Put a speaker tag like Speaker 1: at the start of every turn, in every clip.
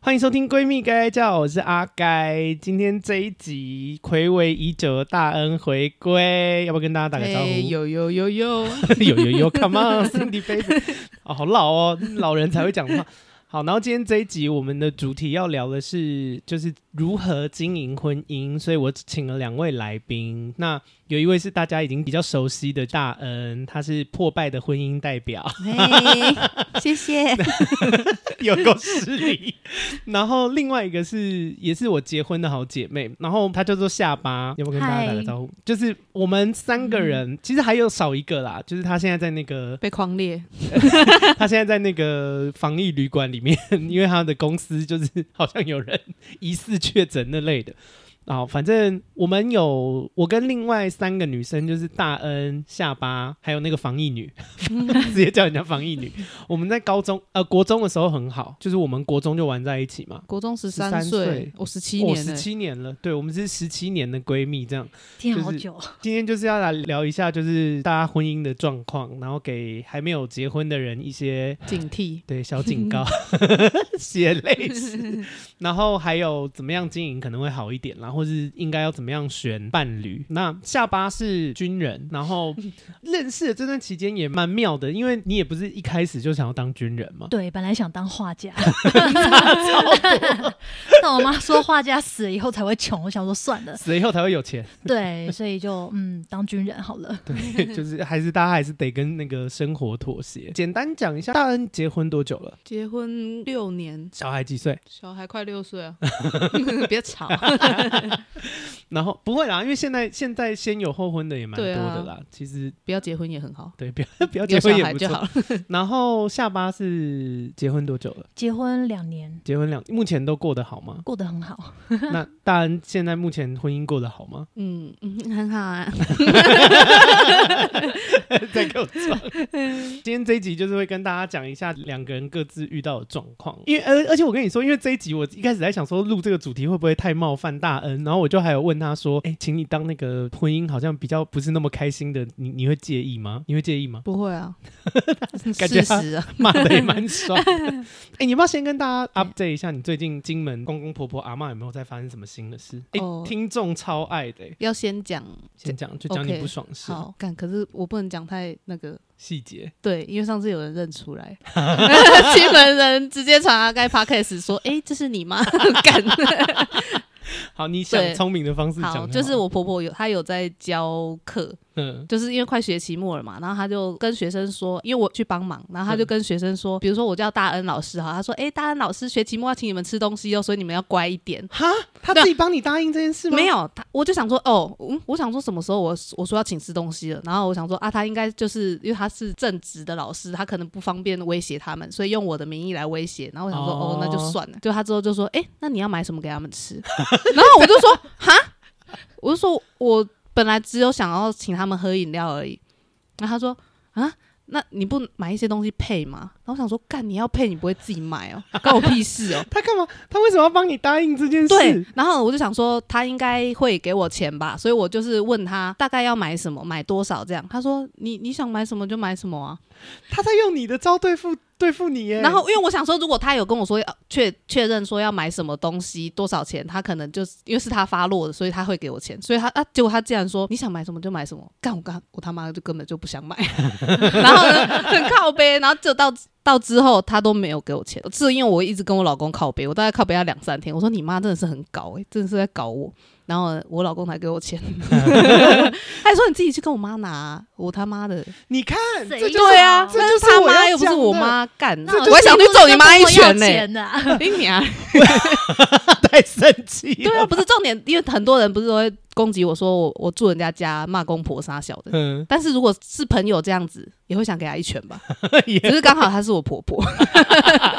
Speaker 1: 欢迎收听《闺蜜该叫》，我是阿该。今天这一集，暌违已久的大恩回归，要不要跟大家打个招呼？
Speaker 2: 哎有有有有，
Speaker 1: 有有有，Come on，Cindy baby，哦，好老哦，老人才会讲话。好，然后今天这一集我们的主题要聊的是，就是如何经营婚姻，所以我请了两位来宾。那有一位是大家已经比较熟悉的大恩，他是破败的婚姻代表，
Speaker 3: 嘿，谢谢。
Speaker 1: 有够势力。然后另外一个是，也是我结婚的好姐妹，然后她叫做下巴，要不要跟大家打个
Speaker 3: 嗨
Speaker 1: 招呼？就是我们三个人，其实还有少一个啦，就是她现在在那个，
Speaker 2: 被框裂，
Speaker 1: 她现在在那个防疫旅馆里面， 因为她的公司就是好像有人疑似确诊那类的。啊、反正我们有我跟另外三个女生，就是大恩、下巴，还有那个防疫女， 直接叫人家防疫女。我们在高中呃国中的时候很好，就是我们国中就玩在一起嘛，
Speaker 2: 国中十
Speaker 1: 13
Speaker 2: 三
Speaker 1: 岁
Speaker 2: 岁，我十七
Speaker 1: 我
Speaker 2: 年
Speaker 1: 十
Speaker 2: 了，
Speaker 1: 七年了，对我们是十七年的闺蜜，这样。
Speaker 3: 天
Speaker 1: 就
Speaker 3: 好
Speaker 1: 是
Speaker 3: 久，啊
Speaker 1: 今天就是要来聊一下，就是大家婚姻的状况，然后给还没有结婚的人一些
Speaker 2: 警惕。
Speaker 1: 对小警 告，血泪史，然后还有怎么样经营可能会好一点啦，或是应该要怎么样选伴侣。那下巴是军人，然后 认识的这段期间也蛮妙的，因为你也不是一开始就想要当军人嘛，
Speaker 3: 对，本来想当画 家，但我妈说画家死了以后才会穷，我想说算了，
Speaker 1: 死了以后才会有钱。
Speaker 3: 对，所以就嗯当军人好了。
Speaker 1: 对，就是还是大家还是得跟那个生活妥协。简单讲一下，大恩结婚多久了？
Speaker 2: 结婚六年，
Speaker 1: 小孩几岁？
Speaker 2: 小孩快六 岁啊， 别吵。
Speaker 1: 然后不会啦，因为现在现在先有后婚的也蛮多
Speaker 2: 对啊
Speaker 1: 的啦。其实
Speaker 2: 不要结婚也很好，
Speaker 1: 对，不要不要结
Speaker 2: 有小
Speaker 1: 婚也
Speaker 2: 孩
Speaker 1: 不
Speaker 2: 就好
Speaker 1: 错。
Speaker 2: 了。
Speaker 1: 然后下巴是结婚多久了？
Speaker 3: 结婚两年，？
Speaker 1: 结婚两，目前都过得好吗
Speaker 3: 过得很好，
Speaker 1: 那大恩现在目前婚姻过得好吗？
Speaker 2: 嗯嗯，很好啊。
Speaker 1: 在给我装。今天这一集就是会跟大家讲一下两个人各自遇到的状况，因为而、而且我跟你说，因为这一集我一开始在想说录这个主题会不会太冒犯大恩，然后我就还有问他说，哎、请你当那个婚姻好像比较不是那么开心的，你你会介意吗？你会介意吗？
Speaker 2: 不会 啊，
Speaker 1: 感觉
Speaker 2: 事
Speaker 1: 他
Speaker 2: 实啊，
Speaker 1: 骂的也蛮爽 的。哎、你要不要先跟大家 update 一下你最近金门公公婆婆阿嬷有没有在发生什么新的事？哎、
Speaker 2: 哦
Speaker 1: 听众超爱的、哎
Speaker 2: 要先讲
Speaker 1: 先讲就讲你
Speaker 2: OK，
Speaker 1: 不爽的事
Speaker 2: 好，干可是我不能讲太那个。
Speaker 1: 细节，
Speaker 2: 对，因为上次有人认出 来， 金门人直接传阿盖 podcast 说：“哎、这是你吗？” 干，
Speaker 1: 好，你想
Speaker 2: 对
Speaker 1: 聪明的方式
Speaker 2: 好，
Speaker 1: 讲，
Speaker 2: 就是，我婆婆有她有在教课，
Speaker 1: 嗯，
Speaker 2: 就是因为快学期末了嘛，然后他就跟学生说，因为我去帮忙，然后他就跟学生说，比如说我叫大恩老师哈，他说，哎、大恩老师学期末要请你们吃东西哦，所以你们要乖一点。
Speaker 1: 哈，他自己帮你答应这件事吗？
Speaker 2: 没，有，他我就想说，哦，嗯，我想说什么时候我我说要请吃东西了，然后我想说啊，他应该就是因为他是正直的老师，他可能不方便威胁他们，所以用我的名义来威胁。然后我想说，
Speaker 1: 哦
Speaker 2: 哦，那就算了。就他之后就说，哎、那你要买什么给他们吃？ 然后我就说，哈，我就说我本来只有想要请他们喝饮料而已。然后他说，啊。那你不买一些东西配吗？然后我想说，干你要配，你不会自己买哦，关我屁事哦。
Speaker 1: 他干嘛？他为什么要帮你答应这件
Speaker 2: 对
Speaker 1: 事？，
Speaker 2: 然后我就想说他应该会给我钱吧，所以我就是问他大概要买什么，买多少这样。他说你你想买什么就买什么啊。
Speaker 1: 他在用你的招对付对付你耶。
Speaker 2: 然后因为我想说，如果他有跟我说要确确认说要买什么东西多少钱，他可能就是因为是他发落的，所以他会给我钱。所以他啊，结果他竟然说你想买什么就买什么，干我干我他妈就根本就不想买。 然后呢，很靠背，然后就到。到之后他都没有给我钱，是因为我一直跟我老公靠背，我大概靠背他两三天。我说你妈真的是很搞哎、真的是在搞我。然后呢我老公才给 我钱，他还说你自己去跟我妈拿啊、我他妈的
Speaker 1: 你看，
Speaker 3: 谁
Speaker 1: 这就是
Speaker 2: 对啊，
Speaker 3: 这
Speaker 2: 但
Speaker 1: 就是是
Speaker 2: 他
Speaker 1: 我要
Speaker 2: 妈又不是
Speaker 1: 讲
Speaker 2: 我
Speaker 1: 的
Speaker 2: 妈干，
Speaker 3: 那
Speaker 2: 我还想去揍你妈一拳呢、欸
Speaker 3: 呢。
Speaker 2: 你娘！
Speaker 1: 太生气了。
Speaker 2: 对啊，不是重点，因为很多人不是都会攻击我说我我住人家家骂公婆杀小的，
Speaker 1: 嗯，
Speaker 2: 但是如果是朋友这样子，也会想给她一拳吧，
Speaker 1: 也
Speaker 2: 只是刚好她是我婆婆，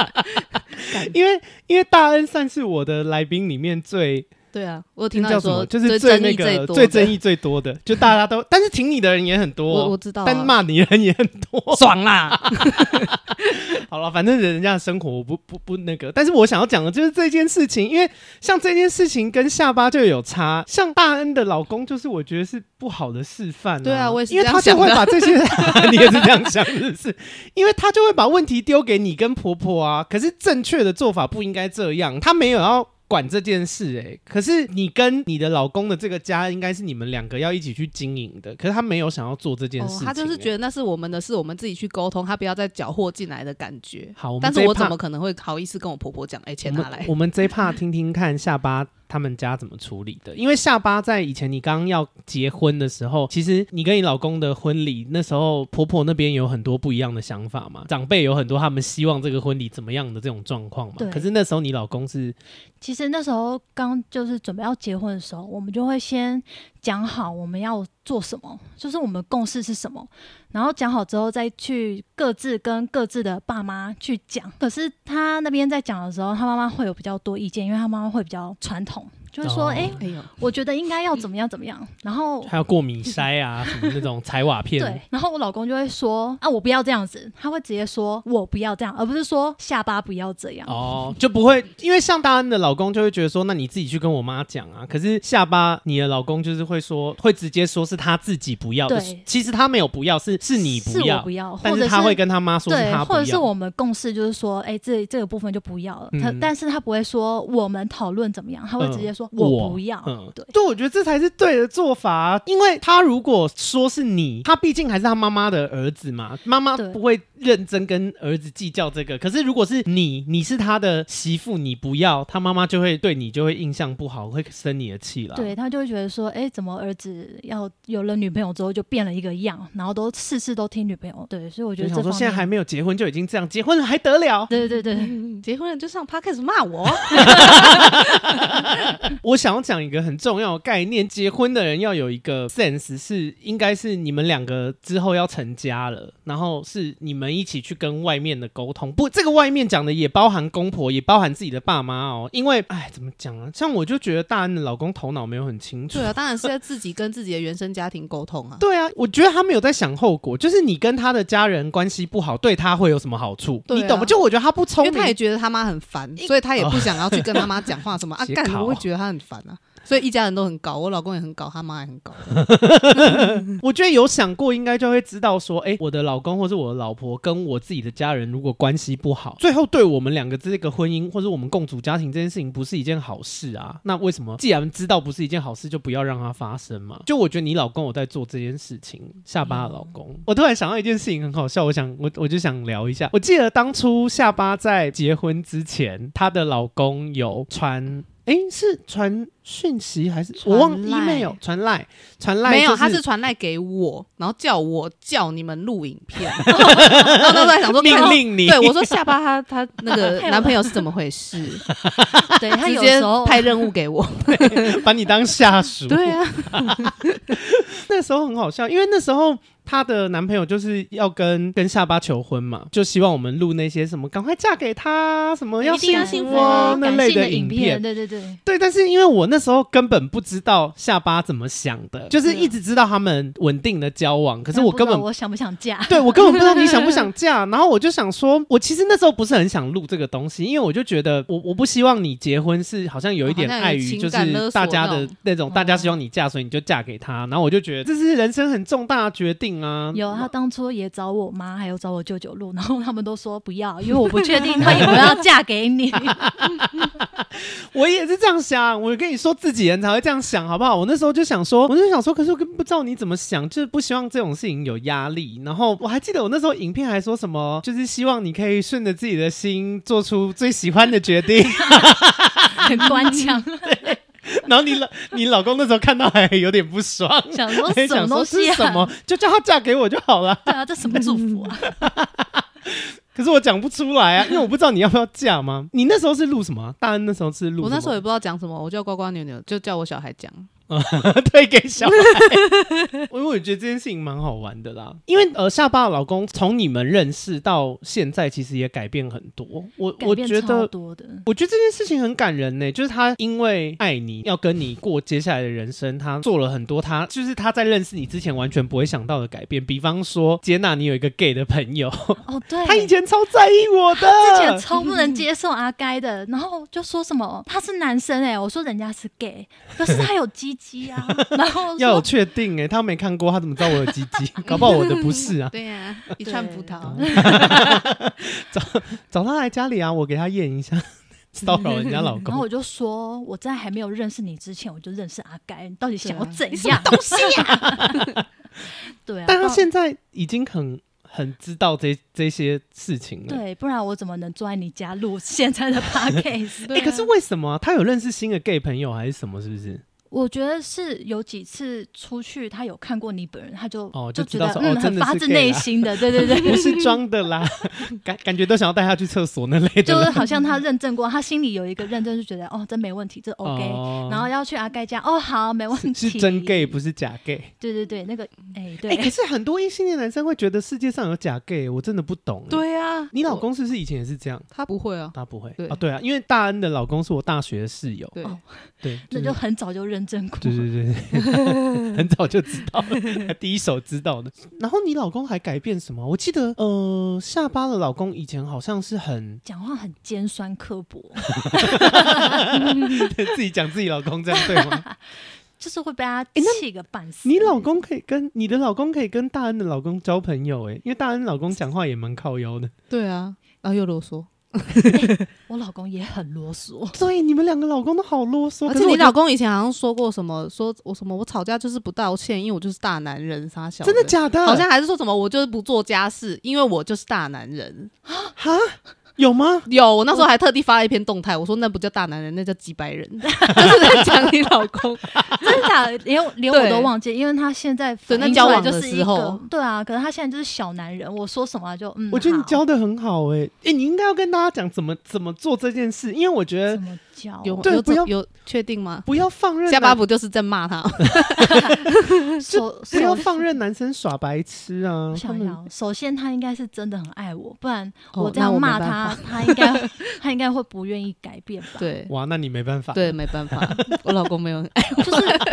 Speaker 1: 因为因为大恩算是我的来宾里面最
Speaker 2: 对啊，我有听
Speaker 1: 那
Speaker 2: 到你
Speaker 1: 叫什
Speaker 2: 说
Speaker 1: 么？就是
Speaker 2: 争
Speaker 1: 那
Speaker 2: 议最
Speaker 1: 个
Speaker 2: 多的，
Speaker 1: 最争议最多的，就大家 都，但是挺你的人也很多哦，
Speaker 2: 我我知道啊
Speaker 1: 但骂你人也很多。
Speaker 2: 爽啦！
Speaker 1: 好了，反正人家的生活我不不不那个，但是我想要讲的就是这件事情，因为像这件事情跟下巴就有差，像大恩的老公就是我觉得是不好的示范、
Speaker 2: 对啊我也是
Speaker 1: 因为他就会把这些， 你也是这样想，是不是？因为他就会把问题丢给你跟婆婆啊，可是正确的做法不应该这样，他没有要。管这件事、欸，可是你跟你的老公的这个家，应该是你们两个要一起去经营的。可是他没有想要做这件事情、，
Speaker 2: 哦
Speaker 1: 欸
Speaker 2: 他就是觉
Speaker 1: 得
Speaker 2: 得那是我们的事，我们自己去沟通，他不要再搅和进来的感觉。
Speaker 1: 好，们
Speaker 2: 但是
Speaker 1: 这一
Speaker 2: 我怎
Speaker 1: part-
Speaker 2: 么可能会好意思跟我婆婆讲？哎、钱
Speaker 1: 我
Speaker 2: 拿
Speaker 1: 们
Speaker 2: 来。
Speaker 1: 我们这一趴听听看下巴他们家怎么处理的，因为下巴在以前你刚要结婚的时候，其实你跟你老公的婚礼那时候，婆婆那边有很多不一样的想法嘛，长辈有很多他们希望这个婚礼怎么样的这种状况嘛。
Speaker 3: 对
Speaker 1: 可是那时候你老公是
Speaker 3: 其实那时候刚就是准备要结婚的时候，我们就会先讲好我们要做什么，就是我们共识是什么，然后讲好之后再去各自跟各自的爸妈去讲。可是他那边在讲的时候，他妈妈会有比较多意见，因为他妈妈会比较传统，就是说，
Speaker 1: 哦
Speaker 3: 哎、
Speaker 2: 哎呦，
Speaker 3: 我觉得应该要怎么样怎么样，然后
Speaker 1: 还要过米筛啊，什么那种踩瓦
Speaker 3: 哦对
Speaker 1: 片。，
Speaker 3: 然后我老公就会说啊，我不要这样子，他会直接说我不要这样，而不是说下巴不要这样。
Speaker 1: 哦，就不会，因为像大恩的老公就会觉得说，那你自己去跟我妈讲啊。可是下巴，你的老公就是会说，会直接说是他自己不要的
Speaker 3: 对，
Speaker 1: 其实他没有不要，是是你
Speaker 3: 是我不要，
Speaker 1: 但
Speaker 3: 或者
Speaker 1: 是
Speaker 3: 是
Speaker 1: 他会跟他妈说是
Speaker 3: 对
Speaker 1: 他，不
Speaker 3: 或
Speaker 1: 要，
Speaker 3: 者是我们共识就是说，哎、这这个部分就不要了。他
Speaker 1: 嗯，
Speaker 3: 但是他不会说我们讨论怎么样，他会直接说、
Speaker 1: 嗯
Speaker 3: 我不要。
Speaker 1: 嗯
Speaker 3: 对，
Speaker 1: 对，我觉得这才是对的做法啊、因为他如果说是你，他毕竟还是他妈妈的儿子嘛，妈妈
Speaker 3: 对
Speaker 1: 不会认真跟儿子计较这个。可是如果是你，你是他的媳妇，你不要，他妈妈就会对你就会印象不好，会生你的气啦。
Speaker 3: 对他就会觉得说，哎、怎么儿子要有了女朋友之后就变了一个样，然后都事事都听女朋友。对，所以我觉
Speaker 1: 就
Speaker 3: 得
Speaker 1: 想
Speaker 3: 这
Speaker 1: 说，
Speaker 3: 方
Speaker 1: 现在
Speaker 3: 面
Speaker 1: 还没有结婚就已经这样，结婚了还得了？
Speaker 3: 对对 对对，
Speaker 2: 嗯 结婚了就上 p 开始骂我，
Speaker 1: 我想要讲一个很重要的概念，结婚的人要有一个 sense，是应该是你们两个之后要成家了，然后是你们一起去跟外面的沟通。不，这个外面讲的也包含公婆，也包含自己的爸妈哦。因为，哎，怎么讲啊？像我就觉得大恩的老公头脑没有很清楚
Speaker 2: 对。啊，当然是要自己跟自己的原生家庭沟通啊。
Speaker 1: 对啊，我觉得他没有在想后果，就是你跟他的家人关系不好，对他会有什么好处？
Speaker 2: 对啊
Speaker 1: 你懂吗？就我觉得他不聪
Speaker 2: 因
Speaker 1: 明
Speaker 2: 为，他也觉得他妈很烦，所以他也不想要去跟他妈讲 话什么啊，
Speaker 1: 写
Speaker 2: 干
Speaker 1: 考
Speaker 2: 我会觉得他很烦啊，所以一家人都很搞，我老公也很搞，他妈也很 搞，
Speaker 1: 我觉得有想过，应该就会知道说，哎、我的老公或是我的老婆跟我自己的家人如果关系不好，最后对我们两个这个婚姻或者我们共组家庭这件事情不是一件好事啊。那为什么既然知道不是一件好事，就不要让它发生嘛？就我觉得你老公有在做这件事情，下巴的老公，嗯我突然想到一件事情很好笑，我想我我就想聊一下。我记得当初下巴在结婚之前，她的老公有传。哎，是传讯息还是我忘
Speaker 2: 传
Speaker 1: email 传赖传赖、
Speaker 2: 没有，
Speaker 1: 就是
Speaker 2: 他是传赖给我，然后叫我叫你们录影 片，然后我当时还想说
Speaker 1: 命
Speaker 2: 看
Speaker 1: 令你
Speaker 2: 对我说下巴他他那个
Speaker 3: 太有
Speaker 2: 男朋友是怎么回事，
Speaker 3: 对他
Speaker 2: 直
Speaker 3: 有
Speaker 2: 接
Speaker 3: 时候
Speaker 2: 派任务给我，
Speaker 1: 把你当下属。
Speaker 2: 对啊，
Speaker 1: 那时候很好笑，因为那时候她的男朋友就是要跟跟下巴求婚嘛，就希望我们录那些什么赶快嫁给他，什么要
Speaker 3: 一定要
Speaker 1: 幸
Speaker 3: 幸
Speaker 1: 福
Speaker 3: 福
Speaker 1: 哦
Speaker 3: 哦
Speaker 1: 那
Speaker 3: 感
Speaker 1: 类
Speaker 3: 性的
Speaker 1: 影
Speaker 3: 影片，。对对对，
Speaker 1: 对，但是因为我那时候根本不知道下巴怎么想的，就是
Speaker 3: 啊
Speaker 1: 一直知道他们稳定的交往，可
Speaker 3: 可
Speaker 1: 是我根本
Speaker 3: 我想不想嫁？
Speaker 1: 对我根本不知道你想不想嫁，然后我就想说，我其实那时候不是很想录这个东西，因为我就觉得我我不希望你结婚是好像有一点
Speaker 2: 好像有
Speaker 1: 碍于就
Speaker 2: 情感
Speaker 1: 是
Speaker 2: 勒索
Speaker 1: 大家的
Speaker 2: 那
Speaker 1: 那种，大家
Speaker 3: 哦
Speaker 1: 希望你嫁，所以你就嫁给他，然后我就觉得这是人生很重大的决定啊。
Speaker 3: 有，他当初也找我妈，还有找我舅舅录，然后他们都说不要，因为我不确 定她有没有要嫁给你。
Speaker 1: 我也是这样想，啊我跟你说，自己人才会这样想，好不好？我那时候就想说，我就想说，可是我根本不知道你怎么想，就是不希望这种事情有压力。然后我还记得我那时候影片还说什么，就是希望你可以顺着自己的心做出最喜欢的决定。
Speaker 3: 很官腔，
Speaker 1: 然后你老你老公那时候看到还有点不爽，
Speaker 3: 想说
Speaker 1: 还
Speaker 3: 什么
Speaker 1: 想说
Speaker 3: 东
Speaker 1: 是
Speaker 3: 西啊？
Speaker 1: 什么，就叫她嫁给我就好了。
Speaker 3: 对啊，这什么祝 福啊？
Speaker 1: 可是我讲不出来啊，因为我不知道你要不要嫁吗？你那时候是录什么啊？大恩那时候是录什么，
Speaker 2: 我那时候也不知道讲什么，我叫呱呱扭扭，就叫我小孩讲，
Speaker 1: 推给小孩。因为我觉得这件事情蛮好玩的啦，因为呃，下巴的老公从你们认识到现在，其实也改变很多。我
Speaker 3: 改
Speaker 1: 我
Speaker 3: 变
Speaker 1: 觉
Speaker 3: 超
Speaker 1: 得。
Speaker 3: 多的，
Speaker 1: 我觉得这件事情很感人呢，就是他因为爱你，要跟你过接下来的人生，他做了很多他就是他在认识你之前完全不会想到的改变，比方说接纳你有一个 gay 的朋 友，
Speaker 3: 哦，对，
Speaker 1: 他以啊前超在意我的，
Speaker 3: 之前超不能接受阿该的，然后就说什么他是男生哎、我说人家是 gay，可是他有鸡鸡啊，然后
Speaker 1: 要有
Speaker 3: 说
Speaker 1: 确定哎，他没看过，他怎么知道我有鸡鸡？搞不好我的不是 啊，
Speaker 2: 对呀、 一串葡萄，
Speaker 1: 找他来家里啊，我给他验一 下，骚扰人家老
Speaker 3: 然后
Speaker 1: 公。
Speaker 3: 我就说我在还没有认识你之前我就认识阿该，你到底想要
Speaker 2: 对啊
Speaker 3: 怎
Speaker 2: 你什
Speaker 3: 样
Speaker 2: 么？东西呀、
Speaker 3: 对啊，
Speaker 1: 但他
Speaker 3: 不然
Speaker 1: 现在已经很很知道这这些事情了。
Speaker 3: 对，不然我怎么能坐在你家录现 在的 podcast？
Speaker 1: 哎、可是为什么啊、他有认识新的 gay 朋友还是什么？是不是？
Speaker 3: 我觉得是有几次出去，他有看过你本人，他就、
Speaker 1: 哦就
Speaker 3: 就
Speaker 1: 知
Speaker 3: 觉
Speaker 1: 道
Speaker 3: 得
Speaker 1: 说哦
Speaker 3: 嗯，
Speaker 1: 真
Speaker 3: 很
Speaker 1: 的
Speaker 3: 发
Speaker 1: 是
Speaker 3: 自
Speaker 1: gay
Speaker 3: 内
Speaker 1: 啦
Speaker 3: 心的，对对 对，
Speaker 1: 不是装的 啦，感感觉都想要带他去厕所那类的
Speaker 3: 就
Speaker 1: 了。
Speaker 3: 是好像他认证过，他心里有一个认证，就觉得哦，真没问题，这 OK、
Speaker 1: 哦
Speaker 3: 然后要去阿盖家，哦，好，没问题。
Speaker 1: 是真 gay 不是假 gay。
Speaker 3: 对对对，那个哎、对
Speaker 1: 哎、，可是很多异性恋男生会觉得世界上有假 gay，我真的不懂、哎，
Speaker 2: 对呀、
Speaker 1: 你老公是不是以前也是这样？
Speaker 2: 他不会啊，
Speaker 1: 他不会
Speaker 2: 对
Speaker 1: 啊，对啊，因为大恩的老公是我大学的室友，
Speaker 2: 对，
Speaker 3: 哦
Speaker 1: 对，
Speaker 3: 那
Speaker 1: 是
Speaker 3: 就很早就认证过。
Speaker 1: 对对对对， 很早就知道了，第一手知道的。然后你老公还改变什么？我记得，呃，下巴的老公以前好像是很
Speaker 3: 讲话很尖酸刻薄，
Speaker 1: 自己讲自己老公这样对吗？
Speaker 3: 就是会被他
Speaker 1: 哎那
Speaker 3: 气个半死。
Speaker 1: 你老公可以跟你的老公可以跟大恩的老公交朋友哎、因为大恩老公讲话也蛮靠腰 的。
Speaker 2: 对啊，然后又啰嗦，
Speaker 3: 我老公也很 啰嗦，
Speaker 1: 对，你们两个老公都好啰嗦，
Speaker 2: 而
Speaker 1: 可
Speaker 2: 且
Speaker 1: 是我
Speaker 2: 你
Speaker 1: 觉得
Speaker 2: 老公以前好像说过什么，说我什么我吵架就是不道歉，因为我就是大男人，傻小
Speaker 1: 真的假的？
Speaker 2: 好像还是说什么我就是不做家事，因为我就是大男人。
Speaker 1: 哈有吗？
Speaker 2: 有，我那时候还特地发了一篇动态，我说那不叫大男人，那叫几百人， 就是在讲你老 公。
Speaker 3: 真的假的连连我都
Speaker 2: 对
Speaker 3: 忘记，因为他现在
Speaker 2: 对那
Speaker 3: 反应
Speaker 2: 交
Speaker 3: 出来
Speaker 2: 往
Speaker 3: 就
Speaker 2: 的
Speaker 3: 是
Speaker 2: 时
Speaker 3: 一个
Speaker 2: 候
Speaker 3: 对啊，可是他现在就是小男人，我说什么他就嗯，
Speaker 1: 我觉得你
Speaker 3: 好
Speaker 1: 教的很好哎、欸、哎、你应该要跟大家讲怎么怎么做这件事，因为我觉得
Speaker 3: 怎么教啊
Speaker 2: 有
Speaker 1: 哦对
Speaker 2: 有
Speaker 1: 不要
Speaker 2: 这有确定吗？
Speaker 1: 不要放任
Speaker 2: 下
Speaker 1: 男
Speaker 2: 巴不就是在骂他？
Speaker 3: 手
Speaker 1: 不要
Speaker 3: 手
Speaker 1: 放任男生耍白痴啊
Speaker 3: 我！
Speaker 1: 他
Speaker 3: 想
Speaker 1: 们
Speaker 3: 想，首先他应该是真的很爱我，不然
Speaker 2: 哦
Speaker 3: 我这
Speaker 2: 那
Speaker 3: 样
Speaker 2: 我没
Speaker 3: 骂
Speaker 2: 办
Speaker 3: 他，他应 该他应该会不愿意改变吧？，
Speaker 2: 对
Speaker 1: 哇，那你没办法。
Speaker 2: 对，没办 法，我老公没有很爱
Speaker 3: 就是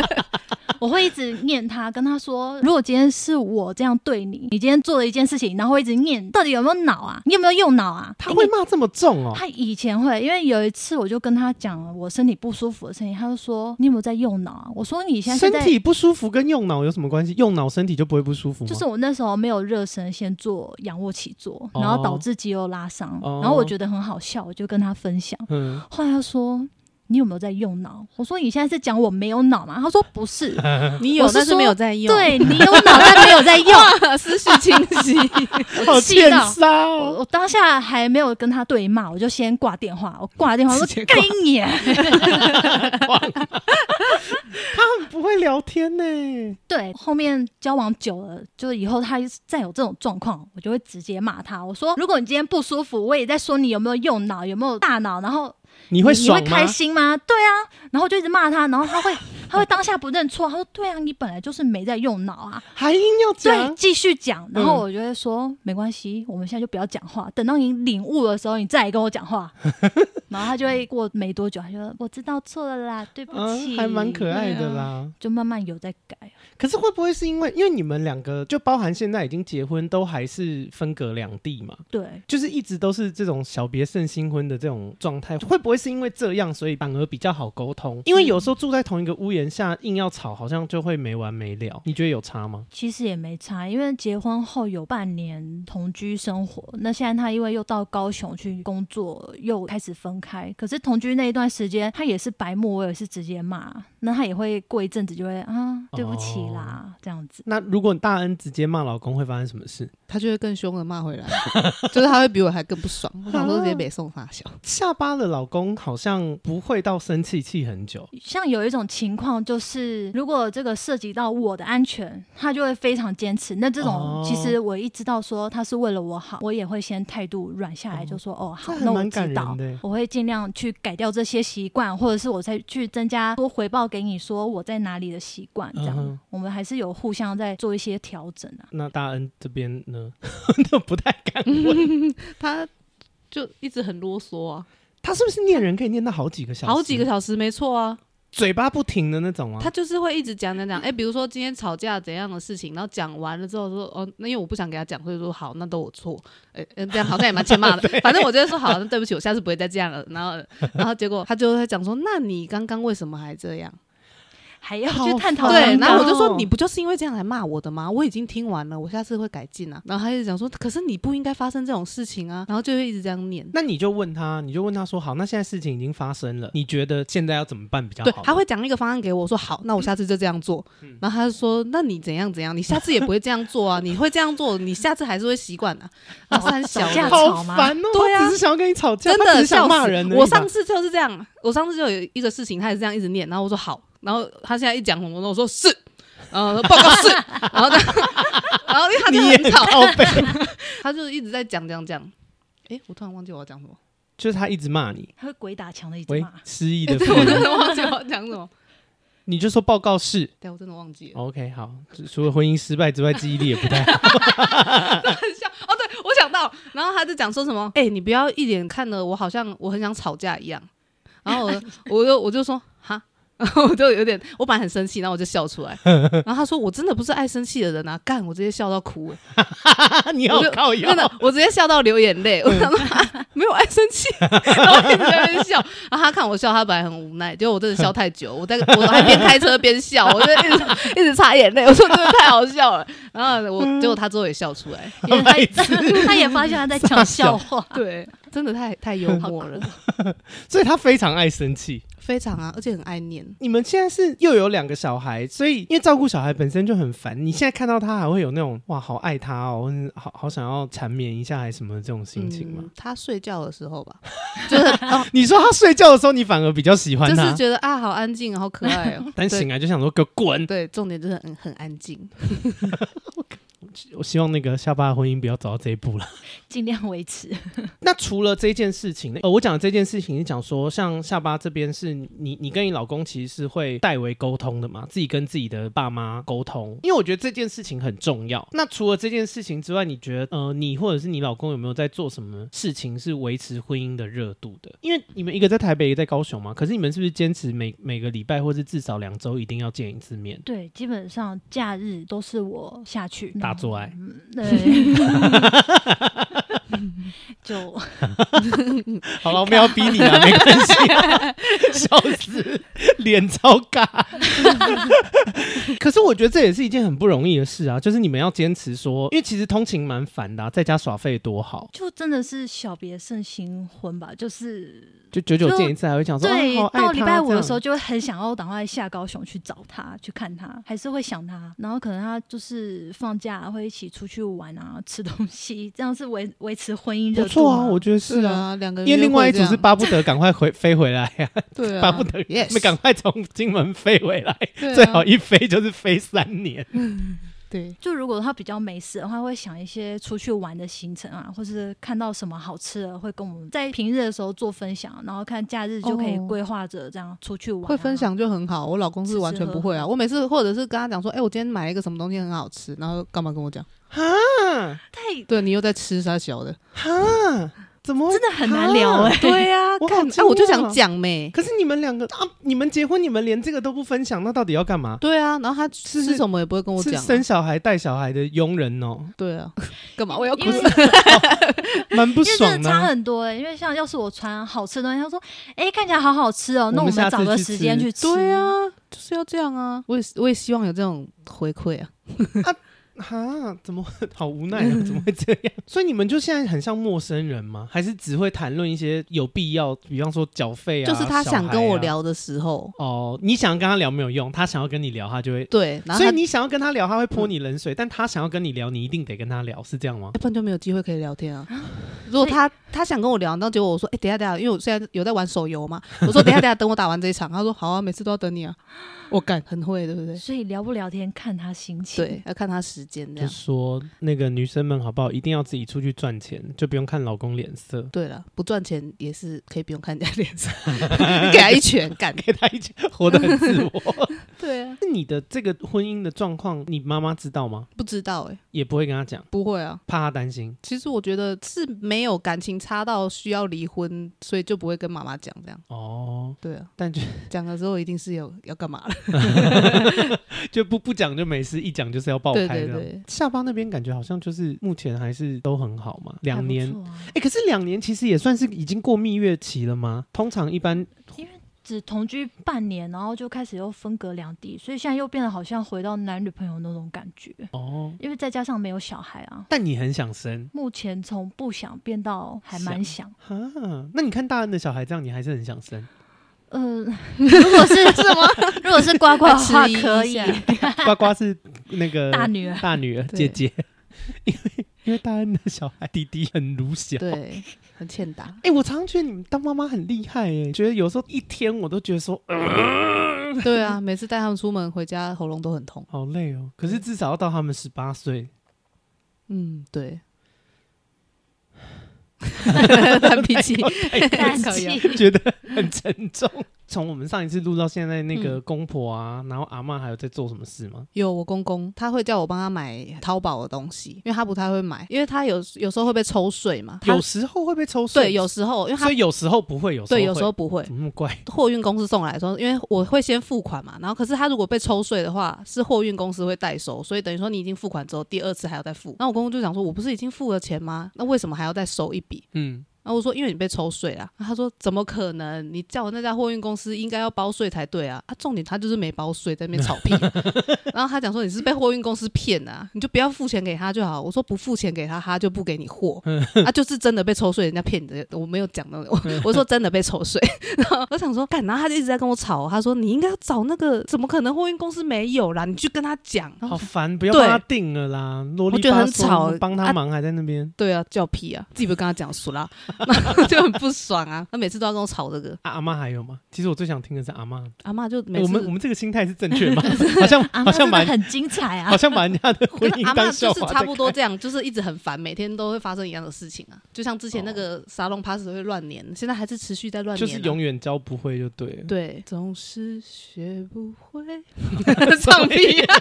Speaker 3: 我会一直念他，跟他说，如果今天是我这样对你，你今天做了一件事情，然后会一直念，到底有没有脑啊？你有没有用脑啊？
Speaker 1: 他会骂这么重哦、
Speaker 3: 他以前会，因为有一次我就跟他讲了我身体不舒服的事情，他就说你有没有在用脑啊？我说你现在
Speaker 1: 身
Speaker 3: 是在
Speaker 1: 体不舒服跟用脑有什么关系？用脑身体就不会不舒服吗？
Speaker 3: 就是我那时候没有热身，先做仰卧起坐，然后导致肌肉拉伤，
Speaker 1: 哦
Speaker 3: 然后我觉得很好笑，我就跟他分享。
Speaker 1: 嗯，
Speaker 3: 后来他说：“你有没有在用脑？”我说：“你现在是讲我没有脑吗？”他说：“ 不是，
Speaker 1: 哎
Speaker 2: 你
Speaker 3: 我
Speaker 2: 有，
Speaker 3: 是
Speaker 2: 但是
Speaker 3: 说
Speaker 2: 没有在用。
Speaker 3: 对你有脑但没有在用。
Speaker 2: 哇，思绪清晰。
Speaker 1: 好欠
Speaker 3: 气
Speaker 1: 杀
Speaker 3: 我”
Speaker 1: 哦、
Speaker 3: 我当下还没有跟他对骂，我就先挂电话。我挂了电话我
Speaker 1: 直接
Speaker 3: 说：“干你啊！”
Speaker 1: 他很不会聊天呢、
Speaker 3: 对，后面交往久了，就以后他再有这种状况，我就会直接骂他。我说：“如果你今天不舒服，我也在说你有没有用脑，有没有大脑，然后
Speaker 1: 你
Speaker 3: 你
Speaker 1: 会爽吗？
Speaker 3: 开心吗？对啊，然后就一直骂他，然后他会 他会当下不认错，他说对啊，你本来就是没在用脑啊，
Speaker 1: 还硬要
Speaker 3: 对，
Speaker 1: 讲？
Speaker 3: 继续讲。然
Speaker 1: 嗯
Speaker 3: 后我就会说、没关系，我们现在就不要讲话，等到你领悟的时候，你再来跟我讲 话。然后他就会过没多久，他就说我知道错了啦，对不
Speaker 1: 嗯，
Speaker 3: 起，
Speaker 1: 还蛮可爱的啦、
Speaker 3: 就慢慢有在改。
Speaker 1: 可是会不会是因为，因为你们两个就包含现在已经结婚，都还是分隔两地嘛？
Speaker 3: 对，
Speaker 1: 就是一直都是这种小别胜新婚的这种状态，会不会是因为这样，所以反而比较好沟
Speaker 3: 嗯
Speaker 1: 通？因为有时候住在同一个屋檐下，硬要吵，好像就会没完没了。你觉得有差吗？
Speaker 3: 其实也没差，因为结婚后有半年同居生活，那现在他因为又到高雄去工作，又开始分开。可是同居那一段时间，他也是白目，我也是直接骂，那他也会过一阵子就会啊，对不起
Speaker 1: 哦
Speaker 3: 啦，这样子。
Speaker 1: 那如果大恩直接骂老公，会发生什么事？
Speaker 2: 他就会更凶的骂回来，就是他会比我还更不爽。我想说直
Speaker 1: 啊
Speaker 2: 接北送他小，
Speaker 1: 下巴的老公好像不会到生气气很久，
Speaker 3: 像有一种情况就是，如果这个涉及到我的安全，他就会非常坚持。那这
Speaker 1: 哦
Speaker 3: 种其实我一知道说他是为了我好，我也会先态度软下来，就说哦
Speaker 1: 这
Speaker 3: 好，
Speaker 1: 还
Speaker 3: 那我
Speaker 1: 蛮感
Speaker 3: 知道
Speaker 1: 人。的。
Speaker 3: 我会尽量去改掉这些习惯，或者是我再去增加多回报给你说我在哪里的习惯，这
Speaker 1: 嗯
Speaker 3: 样、
Speaker 1: 哼
Speaker 3: 我们还是有互相在做一些调整啊。
Speaker 1: 那大恩这边呢， 都不太敢问，
Speaker 2: 他就一直很啰嗦啊，
Speaker 1: 他是不是念人可以念到好几个小时？
Speaker 2: 好几个小时没错啊，
Speaker 1: 嘴巴不停的那种啊？
Speaker 2: 他就是会一直讲讲讲，哎、比如说今天吵架怎样的事情，然后讲完了之后说，哦，那因为我不想给他讲，所以说好，那都我错，哎、呃这样好像也蛮 欠骂的，反正我就会说好，那对不起，我下次不会再这样了。然后， 然后结果他就会讲说，那你刚刚为什么还这样？
Speaker 3: 还要
Speaker 1: 好
Speaker 3: 去探讨
Speaker 1: 好
Speaker 2: 对，
Speaker 3: 刚
Speaker 1: 难
Speaker 2: 然
Speaker 3: 刚
Speaker 2: 后我就
Speaker 1: 搞
Speaker 2: 说你不就是因为这样来骂我的吗？我已经听完了，我下次会改进啊。然后他就讲说，可是你不应该发生这种事情啊，然后就会一直这样念。
Speaker 1: 那你就问他，你就问他说，好，那现在事情已经发生了，你觉得现在要怎么办比较
Speaker 2: 对
Speaker 1: 好？，嗯
Speaker 2: 他会讲一个方案给我，我说好，那我下次就这样做。然后他就说，那你怎样怎样，你下次也不会这 样做啊，你会这样做，你下次还是会习惯的。啊，三小
Speaker 3: 吵架
Speaker 2: 的
Speaker 1: 好
Speaker 3: 吵吗
Speaker 1: 烦哦、
Speaker 2: 对啊
Speaker 1: 他只是想要跟你吵架，
Speaker 2: 真
Speaker 1: 他只
Speaker 2: 的
Speaker 1: 是
Speaker 2: 笑
Speaker 1: 想
Speaker 2: 死
Speaker 1: 骂人而已吧。
Speaker 2: 我上次就是这样，我上次就有一个事情，他也是这样一直念，然后我说好，然后他现在一讲什么，我说是，然后报告是，然后他，然后因为他就
Speaker 1: 你也
Speaker 2: 很吵，
Speaker 1: 靠 背，
Speaker 2: 他就一直在讲讲讲。诶，我突然忘记我要讲什么，
Speaker 1: 就是他一直骂你，
Speaker 3: 他会鬼打墙的一直
Speaker 1: 喂
Speaker 3: 骂，，
Speaker 1: 失忆的
Speaker 2: 对
Speaker 1: 妇
Speaker 2: 我真
Speaker 1: 女，
Speaker 2: 的忘记我要讲什么，
Speaker 1: 你就说报告是
Speaker 2: 对我真的忘记了。
Speaker 1: OK，好，除除了婚姻失败之外，记忆力也不太好。
Speaker 2: 哦，对，我想到，然后他就讲说什么，哎、你不要一脸看的我好像我很想吵架一样，然后我我就我就说哈。然后我就有点，我本来很生气，然后我就笑出来。然后他说：“我真的不是爱生气的人啊！”干，我直接笑到哭、欸，
Speaker 1: 你好
Speaker 2: 我就
Speaker 1: 靠腰
Speaker 2: 真，的，我直接笑到流眼泪。我想说、啊没有爱生气，然后一直在那边笑。然后他看我笑，他本来很无奈，结果我真的笑太久，我在我还边开车边笑，我就一直一直擦眼泪。我说真的太好笑了。然后我、结果他最后也笑出来，
Speaker 3: 因为他他也发现他在讲笑 话。
Speaker 2: 对，真的太太幽默了。
Speaker 1: 所以他非常爱生气。
Speaker 2: 非常啊，而且很爱念。
Speaker 1: 你们现在是又有两个小孩，所以因为照顾小孩本身就很烦，你现在看到他还会有那种哇，好爱他哦，或是好好想要缠绵一下，还是什么这种心情吗？
Speaker 2: 嗯他睡觉的时候吧，就是、哦、
Speaker 1: 你说他睡觉的时候，你反而比较喜欢
Speaker 2: 就
Speaker 1: 他，。
Speaker 2: 是觉得啊，好安静，好可爱 哦
Speaker 1: 但醒来就想说给我滚。
Speaker 2: 对，重点就是很很安静。
Speaker 1: 我希望那个下巴的婚姻不要走到这一步了。
Speaker 3: 尽量维持。
Speaker 1: 那除了这件事情，呃，我讲的这件事情是讲说，像下巴这边是你，你跟你老公其实是会代为沟通的嘛，自己跟自己的爸妈沟通，因为我觉得这件事情很重要。那除了这件事情之外，你觉得呃，你或者是你老公有没有在做什么事情是维持婚姻的热度的？因为你们一个在台北，一个在高雄嘛，可是你们是不是坚持每每个礼拜或是至少两周一定要见一次面？
Speaker 3: 对，基本上假日都是我下去
Speaker 1: 大做爱，
Speaker 3: 对， 就
Speaker 1: 好了，我们要逼你啊了，没关系、啊 笑死，脸超尬。 可是我觉得这也是一件很不容易的事啊，就是你们要坚持说，因为其实通勤蛮烦的、啊，在家耍废多好，
Speaker 3: 就真的是小别胜新婚吧，就是
Speaker 1: 就久久
Speaker 3: 就
Speaker 1: 见一次还会讲说，
Speaker 3: 对
Speaker 1: 啊、好，爱
Speaker 3: 到礼
Speaker 1: 他
Speaker 3: 拜五的时，
Speaker 1: 这
Speaker 3: 候
Speaker 1: 样
Speaker 3: 就会很想要赶快下高雄去找他，去看他，还是会想他。然后可能他就是放假啊会一起出去玩啊，吃东西，这样是维维持婚姻热度
Speaker 1: 不错啊，
Speaker 3: 吗
Speaker 1: 我觉得是啊。，
Speaker 2: 两个人
Speaker 1: 因为另外一
Speaker 2: 约
Speaker 1: 组
Speaker 2: 会这
Speaker 1: 是
Speaker 2: 样
Speaker 1: 巴不得赶快回飞回来呀、
Speaker 2: 对啊，
Speaker 1: 巴不得
Speaker 2: yes
Speaker 1: 你们赶快从金门飞回来，
Speaker 2: 对啊
Speaker 1: 最好一飞就是飞三年。
Speaker 2: 对。
Speaker 3: 就如果他比较没事的话，会想一些出去玩的行程啊，或是看到什么好吃的，会跟我们在平日的时候做分享，然后看假日就可以
Speaker 2: 哦
Speaker 3: 规划着这样出去玩啊、
Speaker 2: 会分享就很好，我老公是完全不会
Speaker 3: 吃吃喝
Speaker 2: 啊。
Speaker 3: 喝
Speaker 2: 我每次或者是跟他讲说，哎、我今天买了一个什么东西很好吃，然后干嘛跟我讲？
Speaker 1: 哈
Speaker 3: 太
Speaker 2: 对你又在吃啥小的？
Speaker 1: 哈，怎么会
Speaker 3: 真的很难聊哎、
Speaker 2: 对呀、
Speaker 1: 我好啊
Speaker 2: 看，哎、
Speaker 1: 惊讶
Speaker 2: 我就想讲没。
Speaker 1: 可是你们两个啊，你们结婚，你们连这个都不分享，那到底要干嘛？
Speaker 2: 对啊，然后他
Speaker 1: 是
Speaker 2: 吃什么也不会跟我
Speaker 1: 是
Speaker 2: 讲、啊
Speaker 1: 生小孩带小孩的佣人哦，
Speaker 2: 对啊，干嘛我要哭
Speaker 3: 因？为
Speaker 1: 蛮不
Speaker 3: 因为真
Speaker 1: 爽
Speaker 3: 的差
Speaker 1: 的。啊
Speaker 3: 很多哎、因为像要是我传好吃的东西，他说：“哎、看起来好好吃哦、
Speaker 1: 我们
Speaker 3: 那我
Speaker 1: 下
Speaker 3: 们
Speaker 1: 次
Speaker 3: 找个
Speaker 1: 去
Speaker 3: 时间
Speaker 1: 吃
Speaker 3: 去吃。”
Speaker 2: 对，啊，就是要这样啊。我也是我也希望有这种回馈啊。
Speaker 1: 哈，怎么 会好无 奈啊？怎么会这样？ 所以你们就现在很像陌生人吗？还是只会谈论一些有必要，比方说缴费啊？
Speaker 2: 就是他想跟我
Speaker 1: 小孩啊
Speaker 2: 聊的时候，
Speaker 1: 哦，你想跟他聊没有用，他想要跟你聊，他就会。
Speaker 2: 对，然后
Speaker 1: 所以
Speaker 2: 他
Speaker 1: 你想要跟他聊，他会泼你冷水；但他想要跟你聊，你一定得跟他聊，是这样吗？
Speaker 2: 要不然就没有机会可以聊天啊。如果他他想跟我聊，那结果我说，哎、等一下等一下，因为我现在有在玩手游嘛，我说等一下等一下，等我打完这一场。他说好啊，每次都要等你啊。我干，很会，对不对？
Speaker 3: 所以聊不聊天看他心情。
Speaker 2: 对，，要看他时间这
Speaker 1: 就
Speaker 2: 样。
Speaker 1: 说那个女生们好不好，一定要自己出去赚钱，就不用看老公脸色。
Speaker 2: 对了，不赚钱也是可以不用看人家脸色， 你给他一拳干。
Speaker 1: 给他一起活得很自我。
Speaker 2: 对啊，
Speaker 1: 那你的这个婚姻的状况，你妈妈知道吗？
Speaker 2: 不知道哎、
Speaker 1: 也不会跟她讲，
Speaker 2: 不会啊。
Speaker 1: 怕她担心。
Speaker 2: 其实我觉得是没有感情差到需要离婚，所以就不会跟妈妈讲这样。
Speaker 1: 哦，
Speaker 2: 对啊，
Speaker 1: 但就
Speaker 2: 讲了之后一定是有要干嘛了。
Speaker 1: 就不不讲就没事，一讲就是要爆
Speaker 2: 对
Speaker 1: 开
Speaker 2: 对
Speaker 1: 这样。
Speaker 2: 对，
Speaker 1: 下巴那边感觉好像就是目前还是都很好嘛，两
Speaker 3: 还
Speaker 1: 年
Speaker 3: 不。错啊
Speaker 1: 哎、可是两年其实也算是已经过蜜月期了吗？通常一般
Speaker 3: 只同居半年，然后就开始又分隔两地，所以现在又变得好像回到男女朋友那种感觉，
Speaker 1: 哦，
Speaker 3: 因为再加上没有小孩啊。
Speaker 1: 但你很想生
Speaker 3: 目前从不想变到还蛮想，
Speaker 1: 哈？那你看大恩的小孩这样，你还是很想生。
Speaker 3: 呃，如果是什么？如果是呱呱的话
Speaker 2: 迟疑一下
Speaker 3: 可以，
Speaker 1: 呱呱是那个
Speaker 3: 大女儿
Speaker 1: 大女儿
Speaker 2: 对
Speaker 1: 姐姐， 因为因为大恩的小孩弟弟很鲁小。
Speaker 2: 对， 很欠打。
Speaker 1: 哎、我常常觉得你们当妈妈很厉害哎、觉得有时候一天我都觉得说，呃，
Speaker 2: 对啊，每次带他们出门回家，喉咙都很痛。
Speaker 1: 好累哦。可是至少要到他们十八岁，
Speaker 2: 嗯，对。 烂脾气，
Speaker 3: 但
Speaker 2: 可以啊
Speaker 3: 是
Speaker 1: 觉得很沉重。从我们上一次录到现在，那个公婆啊，然后阿嬷还有在做什么事吗？
Speaker 2: 有我公公，他会叫我帮他买淘宝的东西，因为他不太会买，因为他有有时候会被抽税嘛。他
Speaker 1: 有时候会被抽税，
Speaker 2: 对，有时候因为他
Speaker 1: 所以有时候不会，有时候
Speaker 2: 对有时
Speaker 1: 会
Speaker 2: 候不会，
Speaker 1: 怎么那么怪？
Speaker 2: 货运公司送来的时候，因为我会先付款嘛，然后可是他如果被抽税的话，是货运公司会代收，所以等于说你已经付款之后，第二次还要再付。那我公公就讲说，我不是已经付了钱吗？那为什么还要再收一笔？
Speaker 1: 嗯，
Speaker 2: 然后我说，因为你被抽税啦。啊然后他说，怎么可能？你叫我那家货运公司应该要包税才对啊！啊，重点他就是没包税，在那边吵屁。啊 然后他讲说，你是被货运公司骗的、啊，你就不要付钱给他就好。我说不付钱给他，他就不给你 货。啊，就是真的被抽税，人家骗你的。我没有讲那种， 我我说真的被抽税。然后我想说，干，然后他就一直在跟我吵，啊他说你应该要找那个，怎么可能货运公司没有啦？你去跟他讲。然后
Speaker 1: 好
Speaker 2: 我说
Speaker 1: 烦，不要
Speaker 2: 对
Speaker 1: 帮他定了啦，啰里
Speaker 2: 我觉得
Speaker 1: 吧
Speaker 2: 很
Speaker 1: 嗦
Speaker 2: 吵
Speaker 1: 帮他忙还在那边。
Speaker 2: 对啊，叫屁啊！自己不跟他讲熟啦， 然后就很不爽啊。他每次都要跟我吵这个，
Speaker 1: 啊、阿妈还有吗？其实我最想听的是阿妈。
Speaker 2: 阿妈就每
Speaker 1: 欸我
Speaker 2: 次
Speaker 1: 们我们这个心态是正确吗？好像
Speaker 3: 阿
Speaker 1: 好
Speaker 3: 妈
Speaker 1: 像
Speaker 3: 啊真
Speaker 1: 把
Speaker 3: 的
Speaker 1: 人
Speaker 3: 很精彩啊
Speaker 1: 好！像把人家的
Speaker 2: 可
Speaker 1: 婚
Speaker 2: 是 阿
Speaker 1: 姻
Speaker 2: 妈
Speaker 1: 当笑
Speaker 2: 就是
Speaker 1: 话在看。
Speaker 2: 差不多这样，就是一直很烦，每天都会发生一样的事情啊。就像之前那个沙龙 pass 会乱粘，现在还是持续在乱粘、
Speaker 1: 哦
Speaker 2: 啊，
Speaker 1: 就是永远教不会就对了。
Speaker 2: 对，总是学不会 唱 屁、啊。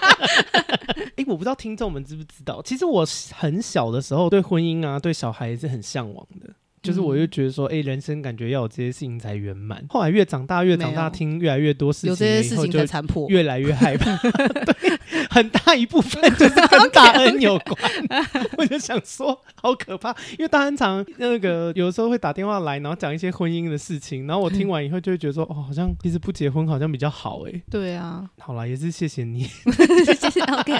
Speaker 1: 哎，我不知道听众们知不知道，其实我很小的时候对婚姻啊、对小孩也是很向往的。就是我
Speaker 2: 嗯
Speaker 1: 就觉得说，哎、人生感觉要有这些事情才圆满。后来越长大，越长
Speaker 2: 没
Speaker 1: 大，
Speaker 2: 有
Speaker 1: 听越来越多事情，
Speaker 2: 有这些事情才
Speaker 1: 就
Speaker 2: 残破，
Speaker 1: 越来越害怕。对，很大一部分就是跟大恩有关。 我就想说，好可怕，因为大恩常那个有时候会打电话来，然后讲一些婚姻的事情，然后我听完以后就会觉得说，哦，好像其实不结婚好像比较好哎、
Speaker 2: 对 啊，
Speaker 1: 好啦，也是谢谢你。
Speaker 3: 谢谢 OK，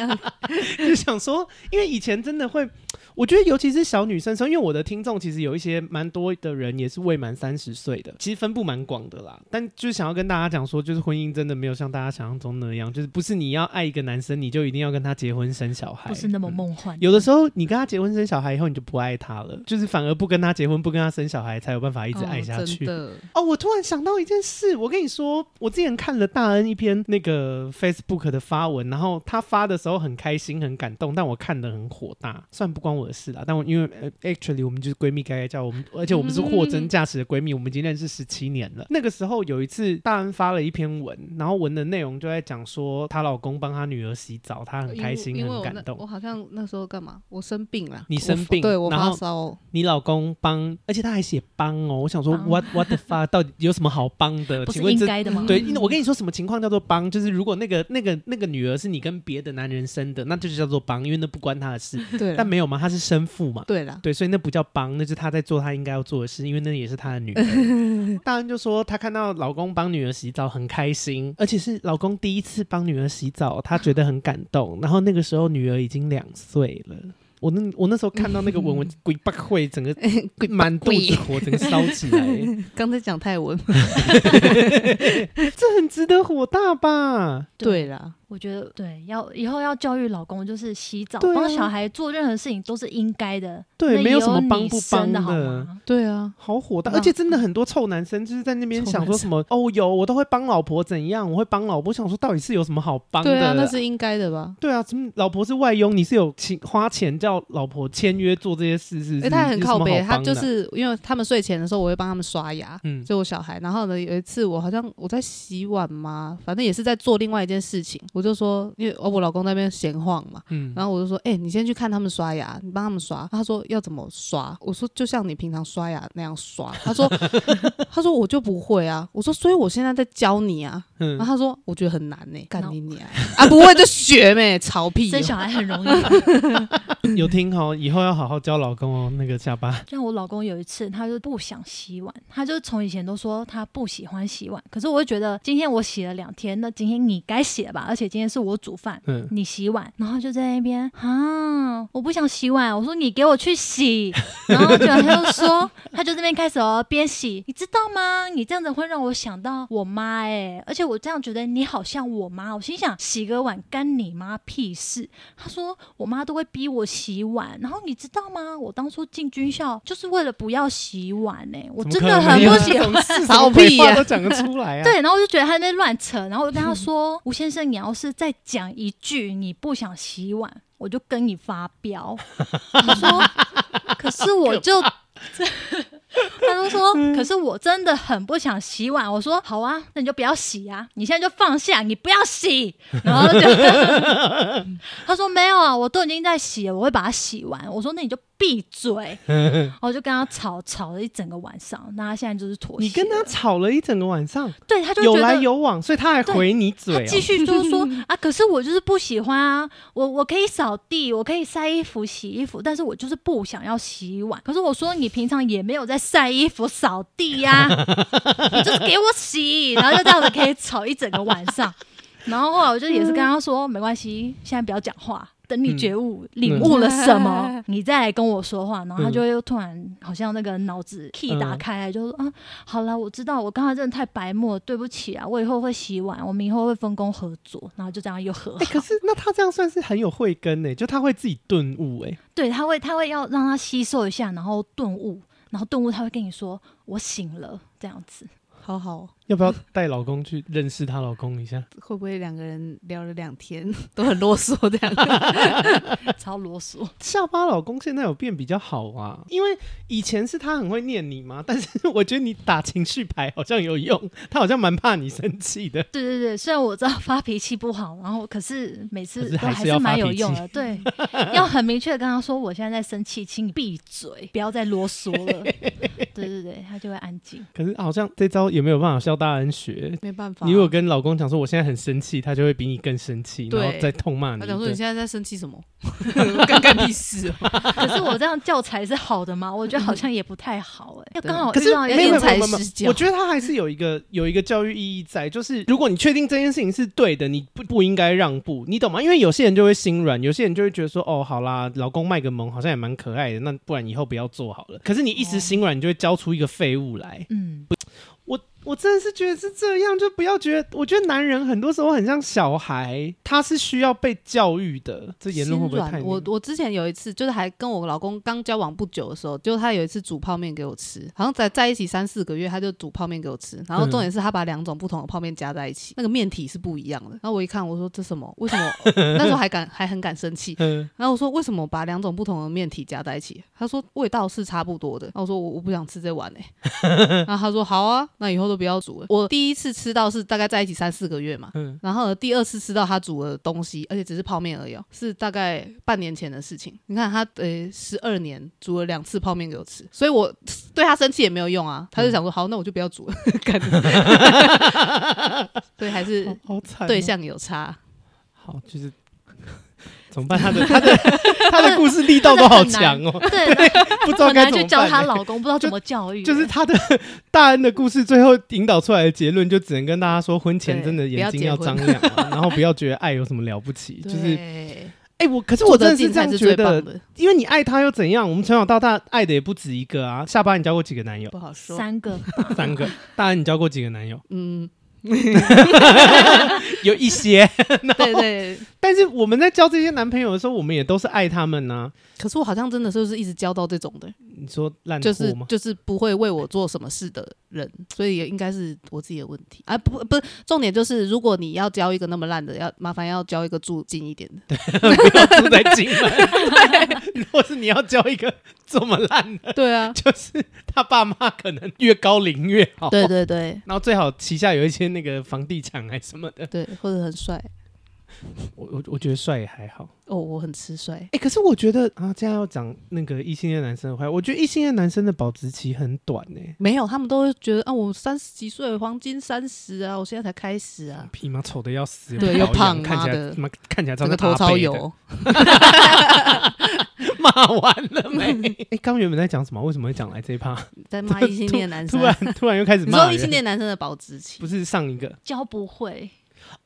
Speaker 1: 就想说，因为以前真的会，我觉得尤其是小女生的时候，因为我的听众其实有一些蛮多的人也是未满三十岁的，其实分布蛮广的啦。但就是想要跟大家讲说，就是婚姻真的没有像大家想象中那样，就是不是你要爱一个男生，你就一定要跟他结婚生小孩，
Speaker 3: 不是那么
Speaker 1: 嗯
Speaker 3: 梦幻。
Speaker 1: 有的时候，你跟他结婚生小孩以后，你就不爱他了，就是反而不跟他结婚，不跟他生小孩，才有办 法一
Speaker 2: 一
Speaker 3: 哦
Speaker 1: 直爱下去。
Speaker 2: 哦真的，
Speaker 1: 哦，我突然想到一件事，我跟你说，我之前看了大恩一篇那个 Facebook 的发文，然后他发的时候很开心、很感动，但我看的很火大，算不关我的事啦。但我因为、呃 actually 我们就是闺蜜该该叫我们，而且我们是货真价实的闺蜜，我们已经认识十七年了。那个时候有一次，大恩发了一篇文，然后文的内容就在讲说她老公帮她女儿洗澡，她 很开心、
Speaker 2: 哦因为
Speaker 1: 很
Speaker 2: 我
Speaker 1: 感
Speaker 2: 那
Speaker 1: 动
Speaker 2: 我。好像那时候干嘛？我生病了，
Speaker 1: 你
Speaker 2: 我
Speaker 1: 生病
Speaker 2: 对我
Speaker 1: 然
Speaker 2: 发
Speaker 1: 后
Speaker 2: 烧，
Speaker 1: 你老公帮，而且他还写帮哦，我想说
Speaker 3: 帮
Speaker 1: what what the fuck，到底有什么好帮的？
Speaker 3: 不是
Speaker 1: 请问
Speaker 3: 应
Speaker 1: 这
Speaker 3: 该的吗？
Speaker 1: 对，因为我跟你说，什么情况叫做帮？就是如果那个、那个、那个女儿是你跟别的男人生的，那就是叫做帮，因为那不关他的事。
Speaker 2: 对啦
Speaker 1: 但没有嘛，他是生父嘛。
Speaker 2: 对啦，
Speaker 1: 对，所以那不叫帮，那是他在做他应该要做的事，因为那也是他的女儿。大恩就说她看到老公帮女儿洗澡很开心，而且是老公第一次帮女儿洗澡，她觉得很感动。然后那个时候女儿已经两岁了。我那我那时候看到那个文，我鬼不会，整个满肚子火，整个烧起来。
Speaker 2: 刚 才讲泰文，
Speaker 1: 这很值得火大吧？
Speaker 2: 对啦，
Speaker 3: 我觉得对，要以后要教育老公，就是洗澡，
Speaker 1: 对啊
Speaker 3: 帮小孩做任何事情都是应该的。
Speaker 1: 对
Speaker 3: 那
Speaker 1: 没有
Speaker 3: 有
Speaker 1: 什么帮
Speaker 3: 你
Speaker 1: 不
Speaker 3: 生的
Speaker 1: 帮
Speaker 3: 好
Speaker 1: 的
Speaker 3: 吗？嗯
Speaker 2: 对啊，
Speaker 1: 好火大！
Speaker 3: 那
Speaker 1: 而且真的很多臭男生就是在那边
Speaker 2: 臭
Speaker 1: 想说
Speaker 2: 男
Speaker 1: 什么哦，有我都会帮老婆怎样，我会帮老婆，我想说到底是有什么好帮的？
Speaker 2: 对啊，那是应该的吧？
Speaker 1: 对啊，怎么老婆是外佣，你是有请花钱叫老婆签约做这些事，是不
Speaker 2: 哎、
Speaker 1: 是？
Speaker 2: 他很
Speaker 1: 有什
Speaker 2: 靠
Speaker 1: 么
Speaker 2: 北，
Speaker 1: 好
Speaker 2: 他
Speaker 1: 帮
Speaker 2: 就
Speaker 1: 的
Speaker 2: 是因为他们睡前的时候，我会帮他们刷牙，
Speaker 1: 嗯
Speaker 2: 就我小孩。然后呢，有一次我好像我在洗碗嘛，反正也是在做另外一件事情，我就说，因为哦我老公在那边闲晃嘛，
Speaker 1: 嗯，
Speaker 2: 然后我就说，哎、你先去看他们刷牙，你帮他们刷。然后他说要怎么刷？我说就像你平常刷牙那样刷。他说， 他说我就不会啊。我说，所以我现在在教你啊。
Speaker 1: 嗯
Speaker 2: 然后他说，我觉得很难呢、干
Speaker 3: No
Speaker 2: 你娘啊，不会就学呗， 吵屁、
Speaker 3: 生
Speaker 2: 哦。
Speaker 3: 小孩 很容易。
Speaker 1: 有听哦，以后要好好教老公哦，那个下巴，
Speaker 3: 像我老公有一次，他就不想洗碗，他就从以前都说他不喜欢洗碗，可是我就觉得今天我洗了两天，那今天你该洗了吧？而且今天是我煮饭，
Speaker 1: 嗯，
Speaker 3: 你洗碗，然后就在那边啊，我不想洗碗，我说你给我去洗， 然后就他就说，他就这边开始哦边洗，你知道吗？你这样子会让我想到我妈哎、而且我这样觉得你好像我妈，我心想洗个碗干你妈屁事。他说我妈都会逼我洗碗，然后你知道吗？我当初进军校就是为了不要洗碗哎、我真的很不喜欢。
Speaker 1: 欢
Speaker 2: 吵屁
Speaker 1: 话
Speaker 2: 呀
Speaker 1: 都讲得出来啊。
Speaker 3: 对，然后我就觉得他在那边乱扯，然后我就 跟他说：“吴先生，你要是再讲一句你不想洗碗，我就跟你发飙。”他说：“ 可是我就…… 他就说：‘
Speaker 1: 嗯
Speaker 3: 可是我真的很不想洗碗。’我说：‘好啊，那你就不要洗啊，你现在就放下，你不要洗。’然 后就他说：‘没有啊，我都已经在洗了，我会把它洗完。’我说：‘那你就闭 嘴。’然后我就跟他吵吵了一整个晚上。那他现在就是妥协了。
Speaker 1: 你跟他吵了一整个晚上，
Speaker 3: 对，他就
Speaker 1: 有
Speaker 3: 觉
Speaker 1: 来
Speaker 3: 得
Speaker 1: 有往，所以他还回你
Speaker 3: 他
Speaker 1: 嘴
Speaker 3: 继
Speaker 1: 哦。
Speaker 3: 续就说啊，可是我就是不喜欢啊，我我可以扫地，我可以晒衣服、洗衣服，但是我就是不想要洗碗。可是我说你平常也没有在晒衣服、扫地呀、你就是给我洗，然后就这样子可以吵一整个晚上。然后后来我就也是跟他说，没关系，现在不要讲话。等你觉悟、领悟了什么，你再来跟我说话。然后他就又突然好像那个脑子 key 打开来，就说啊，好了，我知道我刚才真的太白目了，对不起啊，我以后会洗碗，我们以后会分工合作，然后就这样 又和好。
Speaker 1: 哎，可是那他这样算是很有慧根呢，就他会自己顿悟哎。
Speaker 3: 对，他会他会要让他吸收一下，然后顿悟，然后顿悟他会跟你说我醒了这样 子。
Speaker 2: 好好，哦
Speaker 1: 要不要带老公去认识她老公一下？
Speaker 2: 会不会两个人聊了两天 都很啰嗦这样？
Speaker 3: 超啰嗦，
Speaker 1: 下巴老公现在有变比较好啊，因为以前是他很会念你嘛，但是我觉得你打情绪牌好像有用，他好像蛮怕你生气的。
Speaker 3: 对对对，虽然我知道发脾气不好，然后可是每次
Speaker 1: 可是
Speaker 3: 都
Speaker 1: 还是
Speaker 3: 还
Speaker 1: 要
Speaker 3: 是
Speaker 1: 发
Speaker 3: 蛮有
Speaker 1: 脾气
Speaker 3: 用的。 对，要很明确的跟他说，我现在在生气，请你闭嘴，不要再啰嗦 了。对对对，他就会安静。
Speaker 1: 可是好像这招也没有办法肖大恩学。
Speaker 2: 没办法、啊
Speaker 1: 你如果跟老公讲说我现在很生气，他就会比你更生气，
Speaker 2: 对
Speaker 1: 然后再痛骂你
Speaker 2: 他
Speaker 1: 一
Speaker 2: 讲说你
Speaker 1: 顿。
Speaker 2: 现在在生气什么？ 干干屁事哦！
Speaker 3: 可是我这样教材是好的吗？我觉得好像也不太好哎、要
Speaker 2: 对
Speaker 3: 刚好
Speaker 1: 可
Speaker 3: 遇
Speaker 1: 是
Speaker 3: 到一
Speaker 1: 没有
Speaker 3: 个
Speaker 1: 没有没
Speaker 2: 因为
Speaker 1: 有没
Speaker 2: 才
Speaker 1: 有，没
Speaker 2: 施
Speaker 1: 有
Speaker 2: 教
Speaker 1: 我觉得他还是有一个有一个教育意义在，就是如果你确定这件事情是对的，你不不应该让步，你懂吗？因为有些人就会心软，有些人就会觉得说，哦，好啦，老公卖个萌好像也蛮可爱的，那不然以后不要做好了。可是你一时
Speaker 3: 哦
Speaker 1: 心软，你就会教出一个废物来。
Speaker 3: 嗯，
Speaker 1: 我我真的是觉得是这样，就不要觉得，我觉得男人很多时候很像小孩，他是需要被教育的。这 言论会不会
Speaker 2: 心
Speaker 1: 太
Speaker 2: 软
Speaker 1: 那个？
Speaker 2: 我我之前有一次，就是还跟我老公刚交往不久的时候，就他有一次煮泡面给我吃，好像在在一起三四个月，他就煮泡面给我吃。然后重点是他把两种不同的泡面加在一起，那个面体是不一样的。然后我一看，我说这什么？为什么？ 那时候还敢还很敢生气。
Speaker 1: 嗯，
Speaker 2: 然后我说为什么把两种不同的面体加在一起？他说味道是差不多的。然后我说我我不想吃这碗哎、欸。然后他说好啊， 那以后都不要煮了。我第一次吃到是大概在一起三四个月嘛，
Speaker 1: 嗯
Speaker 2: 然后呢第二次吃到他煮的东西，而且只是泡面而已、哦，是大概半年前的事情。你看他呃十二年煮了两次泡面给我吃，所以我对他生气也没有用啊。他就
Speaker 1: 嗯
Speaker 2: 想说好，那我就不要煮 了，干 所以还
Speaker 3: 嗯
Speaker 2: 是
Speaker 1: 好好惨哦、
Speaker 2: 对象有差。
Speaker 1: 好，就是 怎么办？他的他 的他的故事力道都好强哦，
Speaker 3: 对，
Speaker 1: 不 知道
Speaker 3: 很
Speaker 1: 该
Speaker 3: 难
Speaker 1: 怎
Speaker 3: 去
Speaker 1: 么
Speaker 3: 教
Speaker 1: 办
Speaker 3: 她
Speaker 1: 欸。
Speaker 3: 老公，不知道怎么教育欸、
Speaker 1: 就是他的 大恩的故事，最后引导出来的结论，就只能跟大家说，婚前
Speaker 2: 对
Speaker 1: 真的眼睛
Speaker 2: 不
Speaker 1: 要
Speaker 2: 要结
Speaker 1: 张
Speaker 2: 婚
Speaker 1: 亮 啊、然后不要觉得爱有什么了不起。就是，
Speaker 2: 对
Speaker 1: 哎、我可是我真的是这样
Speaker 2: 做
Speaker 1: 觉
Speaker 2: 得尽才是最
Speaker 1: 得
Speaker 2: 棒，的，
Speaker 1: 因为你爱他又怎样？我们从小到大爱的也不止一个 啊。下巴你交过几个男友？
Speaker 2: 不好说。
Speaker 3: 三个，
Speaker 1: 三个。大恩你交过几个男友？
Speaker 2: 嗯，
Speaker 1: 有一 些，
Speaker 2: 对对，
Speaker 1: 但是我们在交这些男朋友的时候，我们也都是爱他们呐、
Speaker 2: 可是我好像真的就是一直交到这种的，
Speaker 1: 你说烂货
Speaker 2: 就是
Speaker 1: 吗？
Speaker 2: 就是不会为我做什么事的人，所以也应该是我自己的问题啊，不不，重点就是如果你要交一个那么烂的，要麻烦要交一个住近一点的，
Speaker 1: 不要住在金门。 对如果是你要交一个这么烂的，
Speaker 2: 对啊，
Speaker 1: 就是他爸妈可能越高龄越好。
Speaker 2: 对对对
Speaker 1: 然后最好旗下有一些那个房地产还什么 的，
Speaker 2: 对，或者很帅
Speaker 1: 我我我觉得帅也还好。
Speaker 2: 哦，我很吃帅，
Speaker 1: 哎、可是我觉得啊，这样要讲那个异性恋男生的话，我觉得异性恋男生的保质期很短欸呢、
Speaker 2: 没有，他们都会觉得啊，我三十几岁，黄金三十啊，我现在才开始啊，
Speaker 1: 屁嘛，丑的要死，
Speaker 2: 对
Speaker 1: 不
Speaker 2: 又
Speaker 1: 保养
Speaker 2: 胖
Speaker 1: 看起
Speaker 2: 妈
Speaker 1: 来
Speaker 2: 的
Speaker 1: 他妈看起来超像
Speaker 2: 整个头
Speaker 1: 阿
Speaker 2: 超
Speaker 1: 伯的。
Speaker 2: 油。
Speaker 1: 骂完了没？ 哎、刚原本在讲什么？为什么会讲来这一趴？
Speaker 2: 在骂异性恋 男
Speaker 1: 突
Speaker 2: 生。
Speaker 1: 然突然又开始
Speaker 2: 你
Speaker 1: 骂
Speaker 2: 说
Speaker 1: 人
Speaker 2: 异性恋男生的保质期
Speaker 1: 不，是上一个
Speaker 3: 教不会，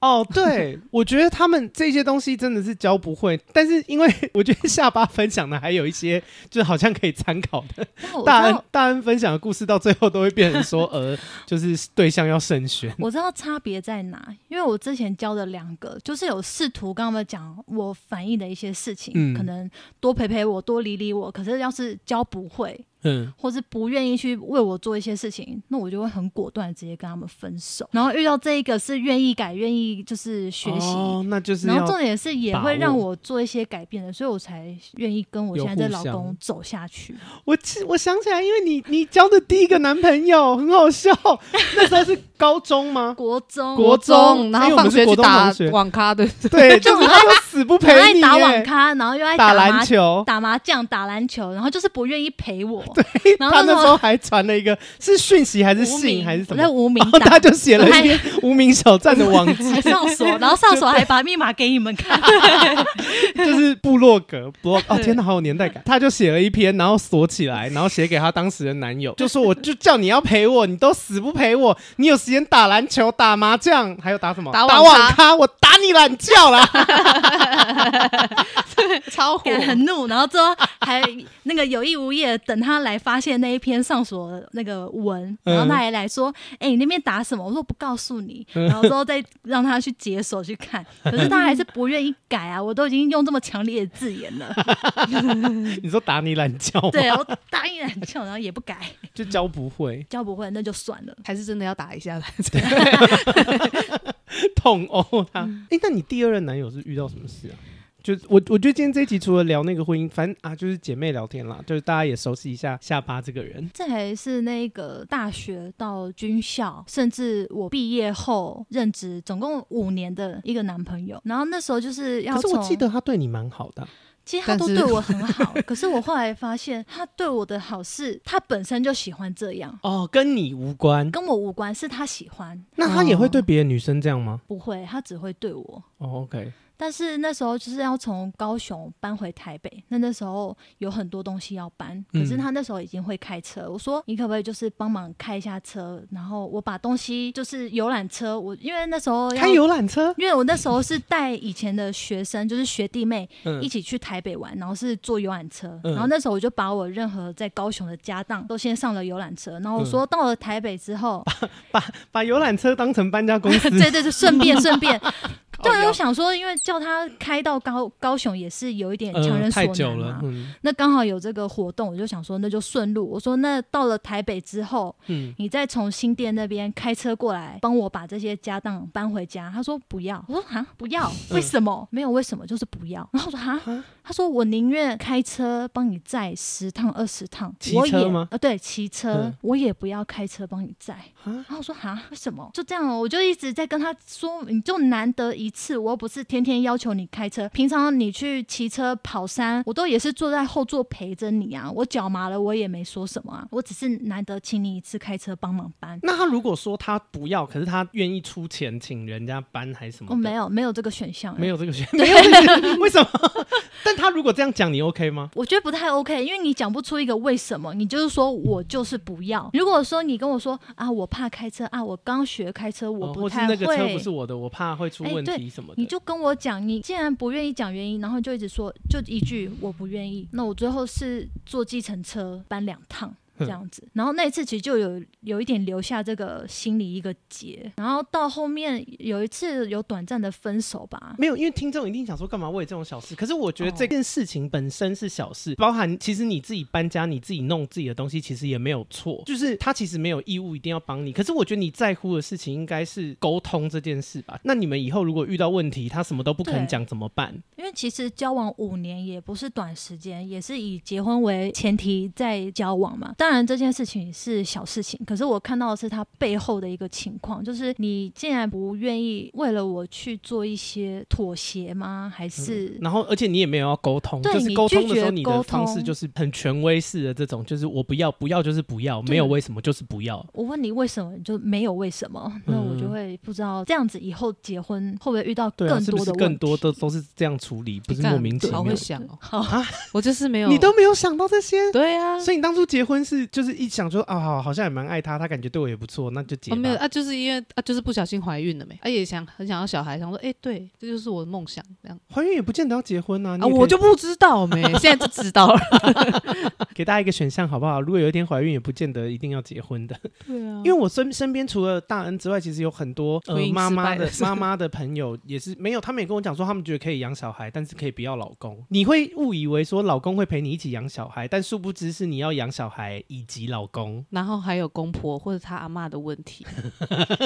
Speaker 1: 哦，对，我觉得他们这些东西真的是教不会，但是因为我觉得下巴分享的还有一些，就是好像可以参考的。
Speaker 3: 但我知
Speaker 1: 大恩
Speaker 3: 道
Speaker 1: 大恩分享的故事到最后都会变成 说，呃，就是对象要慎选。
Speaker 3: 我知道差别在哪，因为我之前教的两个，就是有试图跟他们讲我反应的一些事情，
Speaker 1: 嗯
Speaker 3: 可能多陪陪我，多理理我。可是要是教不会，
Speaker 1: 嗯，
Speaker 3: 或是不愿意去为我做一些事情，那我就会很果断地直接跟他们分手。然后遇到这一个是愿意改，愿意就是学习。
Speaker 1: 哦，那就是
Speaker 3: 然
Speaker 1: 要
Speaker 3: 后重点是也
Speaker 1: 把握
Speaker 3: 会让我做一些改变的，所以我才愿意跟我现在这老
Speaker 1: 有互
Speaker 3: 公
Speaker 1: 相
Speaker 3: 走下去。
Speaker 1: 我记我想起来，因为你你交的第一个男朋友很好笑，那时候是高中 吗？
Speaker 3: 国中，
Speaker 1: 国中
Speaker 2: 然
Speaker 1: 因为我们
Speaker 2: 后放
Speaker 1: 是
Speaker 2: 学
Speaker 1: 国
Speaker 2: 去
Speaker 1: 中
Speaker 2: 打
Speaker 1: 同学
Speaker 2: 网咖，对，
Speaker 1: 对，就是他都死不
Speaker 3: 很
Speaker 1: 陪
Speaker 3: 爱
Speaker 1: 你
Speaker 3: 打
Speaker 1: 耶
Speaker 3: 网咖，然后又爱
Speaker 1: 打
Speaker 3: 麻
Speaker 1: 篮球，
Speaker 3: 打麻将、打篮球，然后就是不愿意 陪我。然
Speaker 1: 他
Speaker 3: 后
Speaker 1: 那
Speaker 3: 那
Speaker 1: 时候还传了一个是讯息还是
Speaker 3: 无
Speaker 1: 信
Speaker 3: 名
Speaker 1: 还是什
Speaker 3: 我
Speaker 1: 么
Speaker 3: 在，无名
Speaker 1: 然后他
Speaker 3: 打，
Speaker 1: 就写了一篇无名小站的网址，
Speaker 3: 还上锁，然后上锁还把密码给你们看。
Speaker 1: 就是部落格 blog。哦，
Speaker 3: 对
Speaker 1: 天哪，好有年代感！他就写了一篇，然后锁起来，然后写给他当时的男友，就说我就叫你要陪我，你都死不陪我，你有时间打篮球、打麻将，还有打什么？
Speaker 2: 打
Speaker 1: 打
Speaker 2: 网
Speaker 1: 网咖，我打你懒觉啦！
Speaker 2: 超火
Speaker 3: 感。很怒，然后之后还那个有意无意地等他来发现那一篇上锁的那个文，
Speaker 1: 嗯
Speaker 3: 然后他还来说：“哎、你那边打什么？”我说：“不告诉你。”然后之后再让他去解锁去看，可是他还是不愿意改啊！我都已经用这么强烈的字眼了，
Speaker 1: 你说打你懒觉吗？
Speaker 3: 对，我答应了很久，然后也不改，
Speaker 1: 就教不会，
Speaker 3: 教不会那就算了。
Speaker 2: 还是真的要打一下的，
Speaker 1: 痛殴他。哎、那你第二任男友是遇到什么事啊？就是我，我觉得今天这一集除了聊那个婚姻，反正啊，就是姐妹聊天啦，就是大家也熟悉一下下巴这个人。
Speaker 3: 这还是那个大学到军校，甚至我毕业后任职，总共五年的一个男朋友。然后那时候就是要
Speaker 1: 可是
Speaker 3: 从，
Speaker 1: 我记得他对你蛮好的啊、
Speaker 3: 其实他都
Speaker 2: 但是
Speaker 3: 对我很好，可是我后来发现他对我的好是，他本身就喜欢这样，
Speaker 1: 哦，跟你无关。
Speaker 3: 跟我无关，是他喜欢，
Speaker 1: 那他也会对别的女生这样吗？
Speaker 3: 不会，他只会对我。
Speaker 1: 哦，OK，
Speaker 3: 但是那时候就是要从高雄搬回台北，那那时候有很多东西要搬，
Speaker 1: 嗯
Speaker 3: 可是他那时候已经会开车，我说你可不可以就是帮忙开一下车，然后我把东西就是游览车，我因为那时候要
Speaker 1: 开。游览车，
Speaker 3: 因为我那时候是带以前的学生，就是学弟妹
Speaker 1: 嗯
Speaker 3: 一起去台北玩，然后是坐游览车，
Speaker 1: 嗯
Speaker 3: 然后那时候我就把我任何在高雄的家当都先上了游览车，然
Speaker 1: 嗯
Speaker 3: 后我说到了台北之 后，
Speaker 1: 把游览车当成搬家公司。
Speaker 3: 对对对，顺便 顺便，对
Speaker 1: 靠，腰
Speaker 3: 我想说，因为叫他开到高高雄也是有一点强
Speaker 1: 嗯，
Speaker 3: 人所
Speaker 1: 太久
Speaker 3: 难
Speaker 1: 了
Speaker 3: 嘛，，
Speaker 1: 嗯
Speaker 3: 那刚好有这个活动，我就想说那就顺路，我说那到了台北之后，
Speaker 1: 嗯，
Speaker 3: 你再从新店那边开车过来，帮我把这些家当搬回家。他说不要，我说哈不要，为什么？没有为什么，就是不要。然后我说啊哈
Speaker 1: 哈，
Speaker 3: 他说我宁愿开车帮你载十趟二十趟
Speaker 1: 骑，
Speaker 3: 我
Speaker 1: 车
Speaker 3: 也
Speaker 1: 吗
Speaker 3: 呃对，骑车、
Speaker 1: 嗯
Speaker 3: 我也不要开车帮你载。
Speaker 1: 啊
Speaker 3: 然，后我说哈，为什么？就这样哦，我就一直在跟他说，你就难得一次，我又不是天天要求你开车，平常你去骑车跑山，我都也是坐在后座陪着你啊，我脚麻了我也没说什么啊，我只是难得请你一次开车帮忙搬。
Speaker 1: 那他如果说他不要，可是他愿意出钱请人家搬还是什么的？
Speaker 3: 我、哦没有没有这个选项、欸
Speaker 1: 没。有这个 选，没有这个选，为什么？ 但他如果这样讲，你 OK 吗？
Speaker 3: 我觉得不太 OK，因为你讲不出一个为什么，你就是说我就是不要。如果说你跟我说啊，我怕开车啊，我刚学开车，我
Speaker 1: 哦
Speaker 3: 不
Speaker 1: 或是
Speaker 3: 太会。
Speaker 1: 那个车不是我的，我怕会出
Speaker 3: 哎
Speaker 1: 问
Speaker 3: 对
Speaker 1: 题什么的。
Speaker 3: 你就跟我讲，你既然不愿意讲原因，然后就一直说，就一句我不愿意。那我最后是坐计程车搬两趟，
Speaker 1: 嗯
Speaker 3: 这样子。然后那一次其实就有有一点留下这个心里一个结，然后到后面有一次有短暂的分手吧，
Speaker 1: 没有，因为听众一定想说干嘛为这种小事？可是我觉得
Speaker 2: 哦
Speaker 1: 这件事情本身是小事，包含其实你自己搬家、你自己弄自己的东西，其实也没有错。就是他其实没有义务一定要帮你，可是我觉得你在乎的事情应该是沟通这件事吧？那你们以后如果遇到问题，他什么都不肯
Speaker 3: 对
Speaker 1: 讲怎么办？
Speaker 3: 因为其实交往五年也不是短时间，也是以结婚为前提在交往嘛。当然这件事情是小事情，可是我看到的是他背后的一个情况，就是你竟然不愿意为了我去做一些妥协吗？还是、
Speaker 1: 然后，而且你也没有要沟通，
Speaker 3: 对
Speaker 1: 就是
Speaker 3: 你
Speaker 1: 沟通
Speaker 3: 拒
Speaker 1: 的
Speaker 3: 绝
Speaker 1: 时候，你的
Speaker 3: 沟
Speaker 1: 方式
Speaker 3: 通
Speaker 1: 就是很权威式的这种，就是我不要，不要就是不要，
Speaker 3: 对
Speaker 1: 没有为什么就是不要。
Speaker 3: 我问你为什么，你就没有为什
Speaker 1: 嗯
Speaker 3: 么？那我就会不知道这样子以后结婚会不会遇到
Speaker 1: 对
Speaker 3: 更
Speaker 1: 啊，是不
Speaker 3: 多
Speaker 1: 是
Speaker 3: 的
Speaker 1: 更
Speaker 3: 问题？
Speaker 1: 多都都是这样处理，不是
Speaker 2: 干
Speaker 1: 莫名其
Speaker 2: 好
Speaker 1: 妙啊
Speaker 2: 会？想哦，我就是没有，
Speaker 3: 哦
Speaker 1: 你都没有想到这些，
Speaker 2: 对 啊，
Speaker 1: 所以你当初结婚是就是一想说啊，好，好像也蛮爱他，他感觉对我也不错，那就结
Speaker 2: 我、
Speaker 1: 吧。
Speaker 2: 没有啊，就是因为啊，就是不小心怀孕了没，啊也想很想要小孩，想说哎、对，这就是我的梦想这样
Speaker 1: 怀孕也不见得要结婚啊。你
Speaker 2: 啊，
Speaker 1: 也可以
Speaker 2: 我就不知道 没，现在就知道了，
Speaker 1: 给大家一个选项好不好？如果有一天怀孕，也不见得一定要结婚的，
Speaker 2: 对啊
Speaker 1: 因为我身身边除了大恩之外，其实有很多呃
Speaker 2: 婚姻失败
Speaker 1: 妈妈的
Speaker 2: 的
Speaker 1: 妈妈的朋友也是没有，他们也跟我讲说，他们觉得可以养小孩，但是可以不要老公。你会误以为说老公会陪你一起养小孩，但殊不知是你要养小孩以及老公
Speaker 2: 然后还有公婆或者他阿嬷的问题，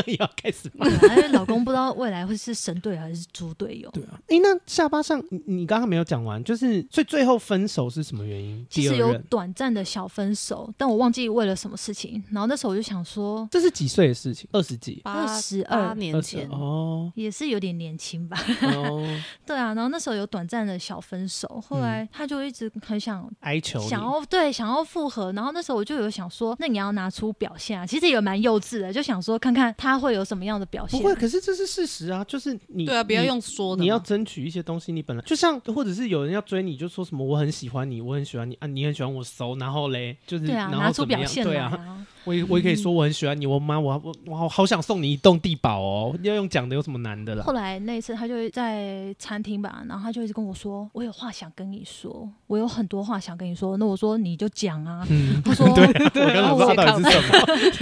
Speaker 1: 也要开始骂。
Speaker 3: 因为老公不知道未来会是神队友还是猪队友。
Speaker 1: 对啊，哎，那下巴上你你刚刚没有讲完，就是所以最后分手是什么原因？
Speaker 3: 其
Speaker 1: 第
Speaker 3: 实
Speaker 1: 二
Speaker 3: 有
Speaker 1: 任
Speaker 3: 短暂的小分手，但我忘记为了什么事情。然后那时候我就想说，
Speaker 1: 这是几岁的事情？二十几？
Speaker 2: 八
Speaker 3: 22
Speaker 2: 八年前
Speaker 1: 22，哦
Speaker 3: 也是有点年轻吧。
Speaker 1: 哦，
Speaker 3: 对啊，然后那时候有短暂的小分手，后
Speaker 1: 嗯
Speaker 3: 来他就一直很想。
Speaker 1: 哀求你
Speaker 3: 想要对想要复合，然后那时候我就有想说，那你要拿出表现啊，其实也蛮幼稚的，就想说看看他会有什么样的表
Speaker 1: 不
Speaker 3: 现。
Speaker 1: 会，可是这是事实啊，就是你
Speaker 2: 对啊，不要
Speaker 1: 你
Speaker 2: 用说的嘛，
Speaker 1: 你要争取一些东西，你本来就像，或者是有人要追你，就说什么我很喜欢你，我很喜欢你啊，你很喜欢我熟，然后嘞，就是
Speaker 3: 对啊，
Speaker 1: 然后
Speaker 3: 拿
Speaker 1: 怎
Speaker 3: 出
Speaker 1: 么
Speaker 3: 表
Speaker 1: 样？
Speaker 3: 现
Speaker 1: 对
Speaker 3: 来
Speaker 1: 啊，我也我也可以说我很喜欢你，我妈我我我好好想送你一栋地堡哦，要用讲的有什么难的啦？
Speaker 3: 后来那一次，他就在餐厅吧，然后他就一直跟我说：“我有话想跟你说，我有很多话想跟你说。”那我说：“你就讲啊。
Speaker 1: 嗯，
Speaker 3: 他说
Speaker 1: 对， 我刚 刚说到底是什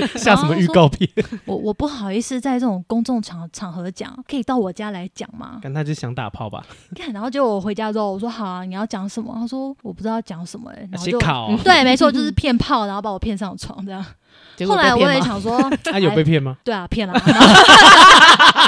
Speaker 1: 么？ 下什么预告 片？
Speaker 3: 我我不好意思在这种公众场场合讲，可以到我家来讲吗？
Speaker 1: 看他就想打炮吧，
Speaker 3: 看，然后结果我回家之后，我说：“好啊，你要讲什么？”他说：“我不知道讲什么、欸。”然后
Speaker 1: 写
Speaker 3: 就
Speaker 1: 考 哦，
Speaker 3: 对，没错，就是骗炮，然后把我骗上床这样。
Speaker 2: 结果
Speaker 3: 后
Speaker 2: 被
Speaker 3: 来我
Speaker 2: 骗
Speaker 3: 也
Speaker 2: 吗
Speaker 3: 想说，
Speaker 1: 他有被骗吗？
Speaker 3: 对啊，骗了啊。然后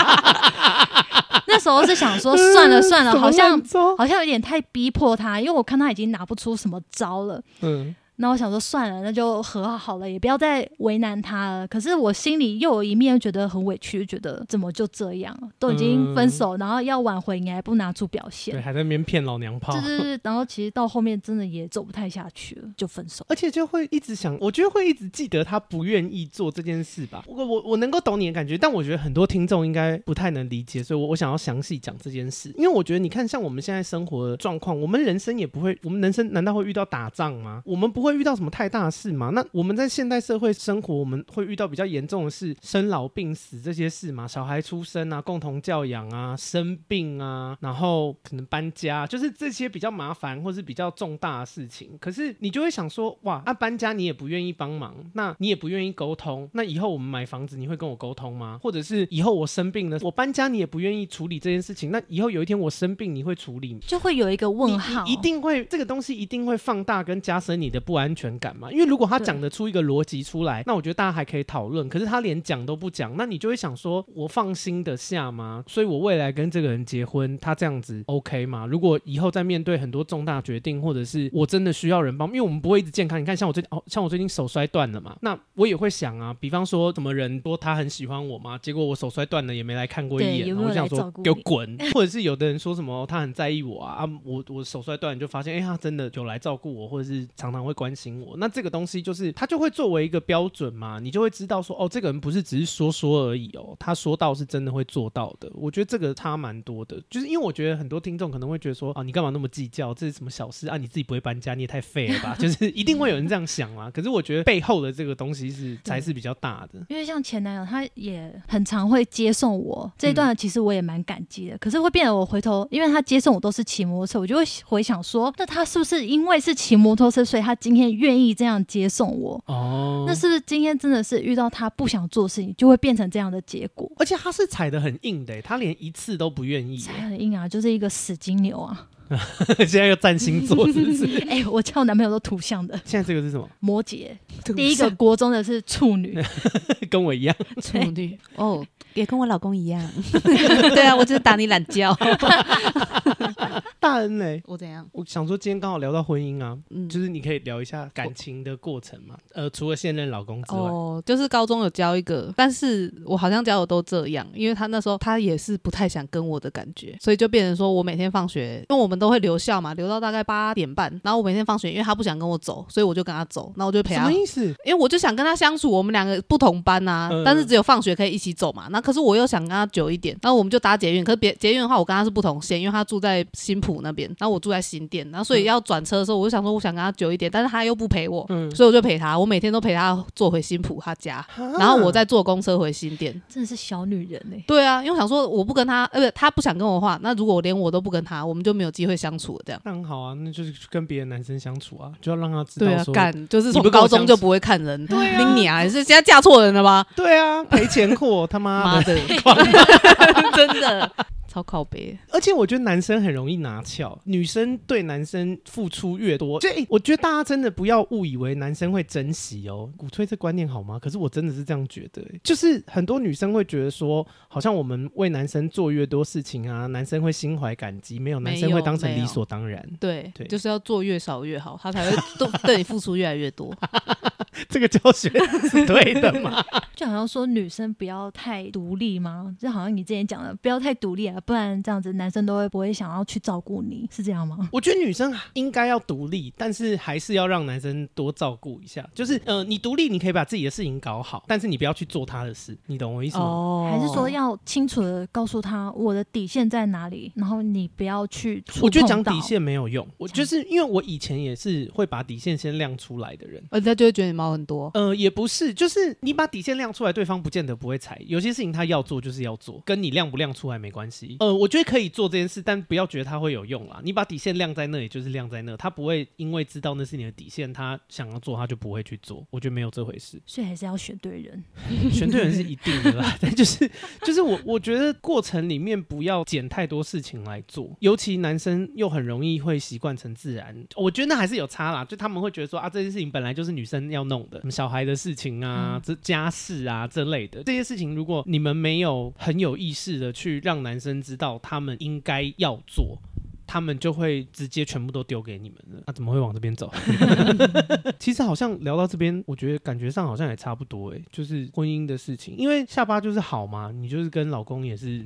Speaker 3: 那时候是想说，
Speaker 2: 嗯
Speaker 3: 算了算了，好像好像有点太逼迫他，因为我看他已经拿不出什么招了。
Speaker 1: 嗯，
Speaker 3: 那我想说算了，那就和好了，也不要再为难他了。可是我心里又有一面觉得很委屈，觉得怎么就这样，都已经分手，然后要挽回你还不拿出表
Speaker 1: 嗯对，
Speaker 3: 现，
Speaker 1: 还在那边骗老娘炮
Speaker 3: 就。 是然后其实到后面真的也走不太下去了，就分手。
Speaker 1: 而且就会一直想，我觉得会一直记得他不愿意做这件事吧。我我我能够懂你的感觉，但我觉得很多听众应该不太能理解，所以我我想要详细讲这件事，因为我觉得你看，像我们现在生活的状况，我们人生也不会，我们人生难道会遇到打仗吗？我们不会遇到什么太大的事吗？那我们在现代社会生活，我们会遇到比较严重的事，生老病死这些事嘛，小孩出生啊，共同教养啊，生病啊，然后可能搬家，就是这些比较麻烦或是比较重大的事情。可是你就会想说，哇，啊搬家你也不愿意帮忙，那你也不愿意沟通，那以后我们买房子你会跟我沟通吗？或者是以后我生病了，我搬家你也不愿意处理这件事情，那以后有一天我生病你会处理
Speaker 3: 就会有一个
Speaker 1: 你
Speaker 3: 问
Speaker 1: 你
Speaker 3: 号，
Speaker 1: 一定会这个东西一定会放大跟加深你的不安全感嘛？因为如果他
Speaker 3: 对
Speaker 1: 讲得出一个逻辑出来，那我觉得大家还可以讨论。可是他连讲都不讲，那你就会想说，我放心得下吗？所以我未来跟这个人结婚，他这样子 OK 吗？如果以后再面对很多重大决定，或者是我真的需要人帮，因为我们不会一直健康。你看，像我最哦，像我最近手摔断了嘛，那我也会想啊，比方说什么人说他很喜欢我嘛，结果我手摔断了也没来看过一
Speaker 3: 对
Speaker 1: 眼，然
Speaker 3: 有
Speaker 1: 后
Speaker 3: 没
Speaker 1: 我
Speaker 3: 有
Speaker 1: 想
Speaker 3: 来
Speaker 1: 说
Speaker 3: 照顾
Speaker 1: 给我
Speaker 3: 你
Speaker 1: 滚，或者是有的人说什么他很在意我啊，啊我我手摔断就发现，哎、他真的有来照顾我，或者是常常会关心我。那这个东西就是他就会作为一个标准嘛，你就会知道说，哦，这个人不是只是说说而已哦，他说到是真的会做到的。我觉得这个差蛮多的，就是因为我觉得很多听众可能会觉得说，啊，你干嘛那么计较？这是什么小事啊？你自己不会搬家，你也太废了吧？ 就是一定会有人这样想嘛。可是我觉得背后的这个东西是才是比较大 的。
Speaker 3: 因为像前男友，他也很常会接送我，这一
Speaker 1: 嗯
Speaker 3: 段其实我也蛮感激的。可是会变得我回头，因为他接送我都是骑摩托车，我就会回想说，那他是不是因为是骑摩托车，所以他今今天愿意这样接送我，
Speaker 1: 哦，
Speaker 3: 那是不是今天真的是遇到他不想做的事情，就会变成这样的结果？
Speaker 1: 而且他是踩的很硬的，欸他连一次都不愿意。欸
Speaker 3: 才很硬啊，就是一个死金牛啊！
Speaker 1: 现在又占星座是 不是？
Speaker 3: 哎、我叫我男朋友都土象的
Speaker 1: 现在这个是什么？
Speaker 3: 摩羯，第一个国中的是处女，
Speaker 1: 跟我一 样，
Speaker 2: 处女哦， 也跟我老公一样。 对啊，我就是打你懒觉。
Speaker 1: 大恩嘞。
Speaker 2: 我怎样？
Speaker 1: 我想说，今天刚好聊到婚姻啊，
Speaker 2: 嗯，
Speaker 1: 就是你可以聊一下感情的过程嘛。呃，除了现任老公之外，
Speaker 2: 哦，就是高中有交一个，但是我好像交友都这样，因为他那时候他也是不太想跟我的感觉，所以就变成说我每天放学，因为我们都会留校嘛，留到大概八点半，然后我每天放学，因为他不想跟我走，所以我就跟他走，那我就陪
Speaker 1: 什
Speaker 2: 啊他
Speaker 1: 么。意思？
Speaker 2: 因为我就想跟他相处，我们两个不同班呐、
Speaker 1: 嗯
Speaker 2: 但是只有放学可以一起走嘛。那可是我又想跟他久一点，然后我们就搭捷运。可是别捷运的话，我跟他是不同线，因为他住在新浦那边，然后我住在新店，然后所以要转车的时候，我就想说我想跟他久一点，但是他又不陪我，
Speaker 1: 嗯，
Speaker 2: 所以我就陪他，我每天都陪他坐回新浦他家，然后我再坐公车回新店。
Speaker 3: 真的是小女人哎、
Speaker 2: 对啊，因为我想说我不跟他，呃，不，他不想跟我的话，那如果我连我都不跟他，我们就没有机会相处了这样。
Speaker 1: 那很好啊，那就是跟别的男生相处啊，就要让他知
Speaker 2: 对
Speaker 1: 道
Speaker 2: 啊，
Speaker 1: 说，
Speaker 2: 干就是
Speaker 1: 你
Speaker 2: 从
Speaker 1: 不跟我
Speaker 2: 高
Speaker 1: 相处
Speaker 2: 中就不会看人，
Speaker 1: 对啊
Speaker 2: 拎你啊，你是现在嫁错人了吧？
Speaker 1: 对啊，赔钱货， 他妈的。
Speaker 2: 妈的，真的超靠背。
Speaker 1: 而且我觉得男生很容易拿翘，女生对男生付出越多，所以我觉得大家真的不要误以为男生会珍惜哦。鼓吹这观念好吗？可是我真的是这样觉得，就是很多女生会觉得说，好像我们为男生做越多事情啊，男生会心怀感激，没有
Speaker 2: 没有
Speaker 1: 男生会当成
Speaker 2: 没有
Speaker 1: 理所当然。
Speaker 2: 对，
Speaker 1: 对
Speaker 2: 就是要做越少越好，他才会对对你付出越来 越多。
Speaker 1: 这个教学是对的吗？
Speaker 3: 就好像说女生不要太独立吗？就好像你之前讲的，不要太独立啊，不然这样子男生都会不会想要去照顾你，是这样吗？
Speaker 1: 我觉得女生应该要独立，但是还是要让男生多照顾一下。就是呃，你独立，你可以把自己的事情搞好，但是你不要去做他的事，你懂我意思吗？
Speaker 2: 哦
Speaker 3: 还是说要清楚的告诉他我的底线在哪里，然后你不要去触
Speaker 1: 我觉得讲
Speaker 3: 碰到嗯
Speaker 1: 底，线没有用，我
Speaker 3: 讲
Speaker 1: 就是因为我以前也是会把底线先亮出来的人。
Speaker 2: 人呃家就会觉得你毛很多。
Speaker 1: 呃，也不是，就是你把底线亮出来，对方不见得不会踩。有些事情他要做就是要做，跟你亮不亮出来没关系。呃，我觉得可以做这件事，但不要觉得他会有用啦。你把底线亮在那里，就是亮在那，他不会因为知道那是你的底线，他想要做他就不会去做。我觉得没有这回事。
Speaker 3: 所以还是要选对人。
Speaker 1: 选对人是一定的啦，但就是就是我我觉得过程里面不要捡太多事情来做，尤其男生又很容易会习惯成自然，我觉得那还是有差啦，就他们会觉得说啊这件事情本来就是女生要弄的，什么小孩的事情啊、这家事啊这类的这些事情，如果你们没有很有意识的去让男生知道他们应该要做。他们就会直接全部都丢给你们了，啊那、怎么会往这边走？其实好像聊到这边，我觉得感觉上好像也差不多哎、就是婚姻的事情，因为下巴就是好嘛，你就是跟老公也是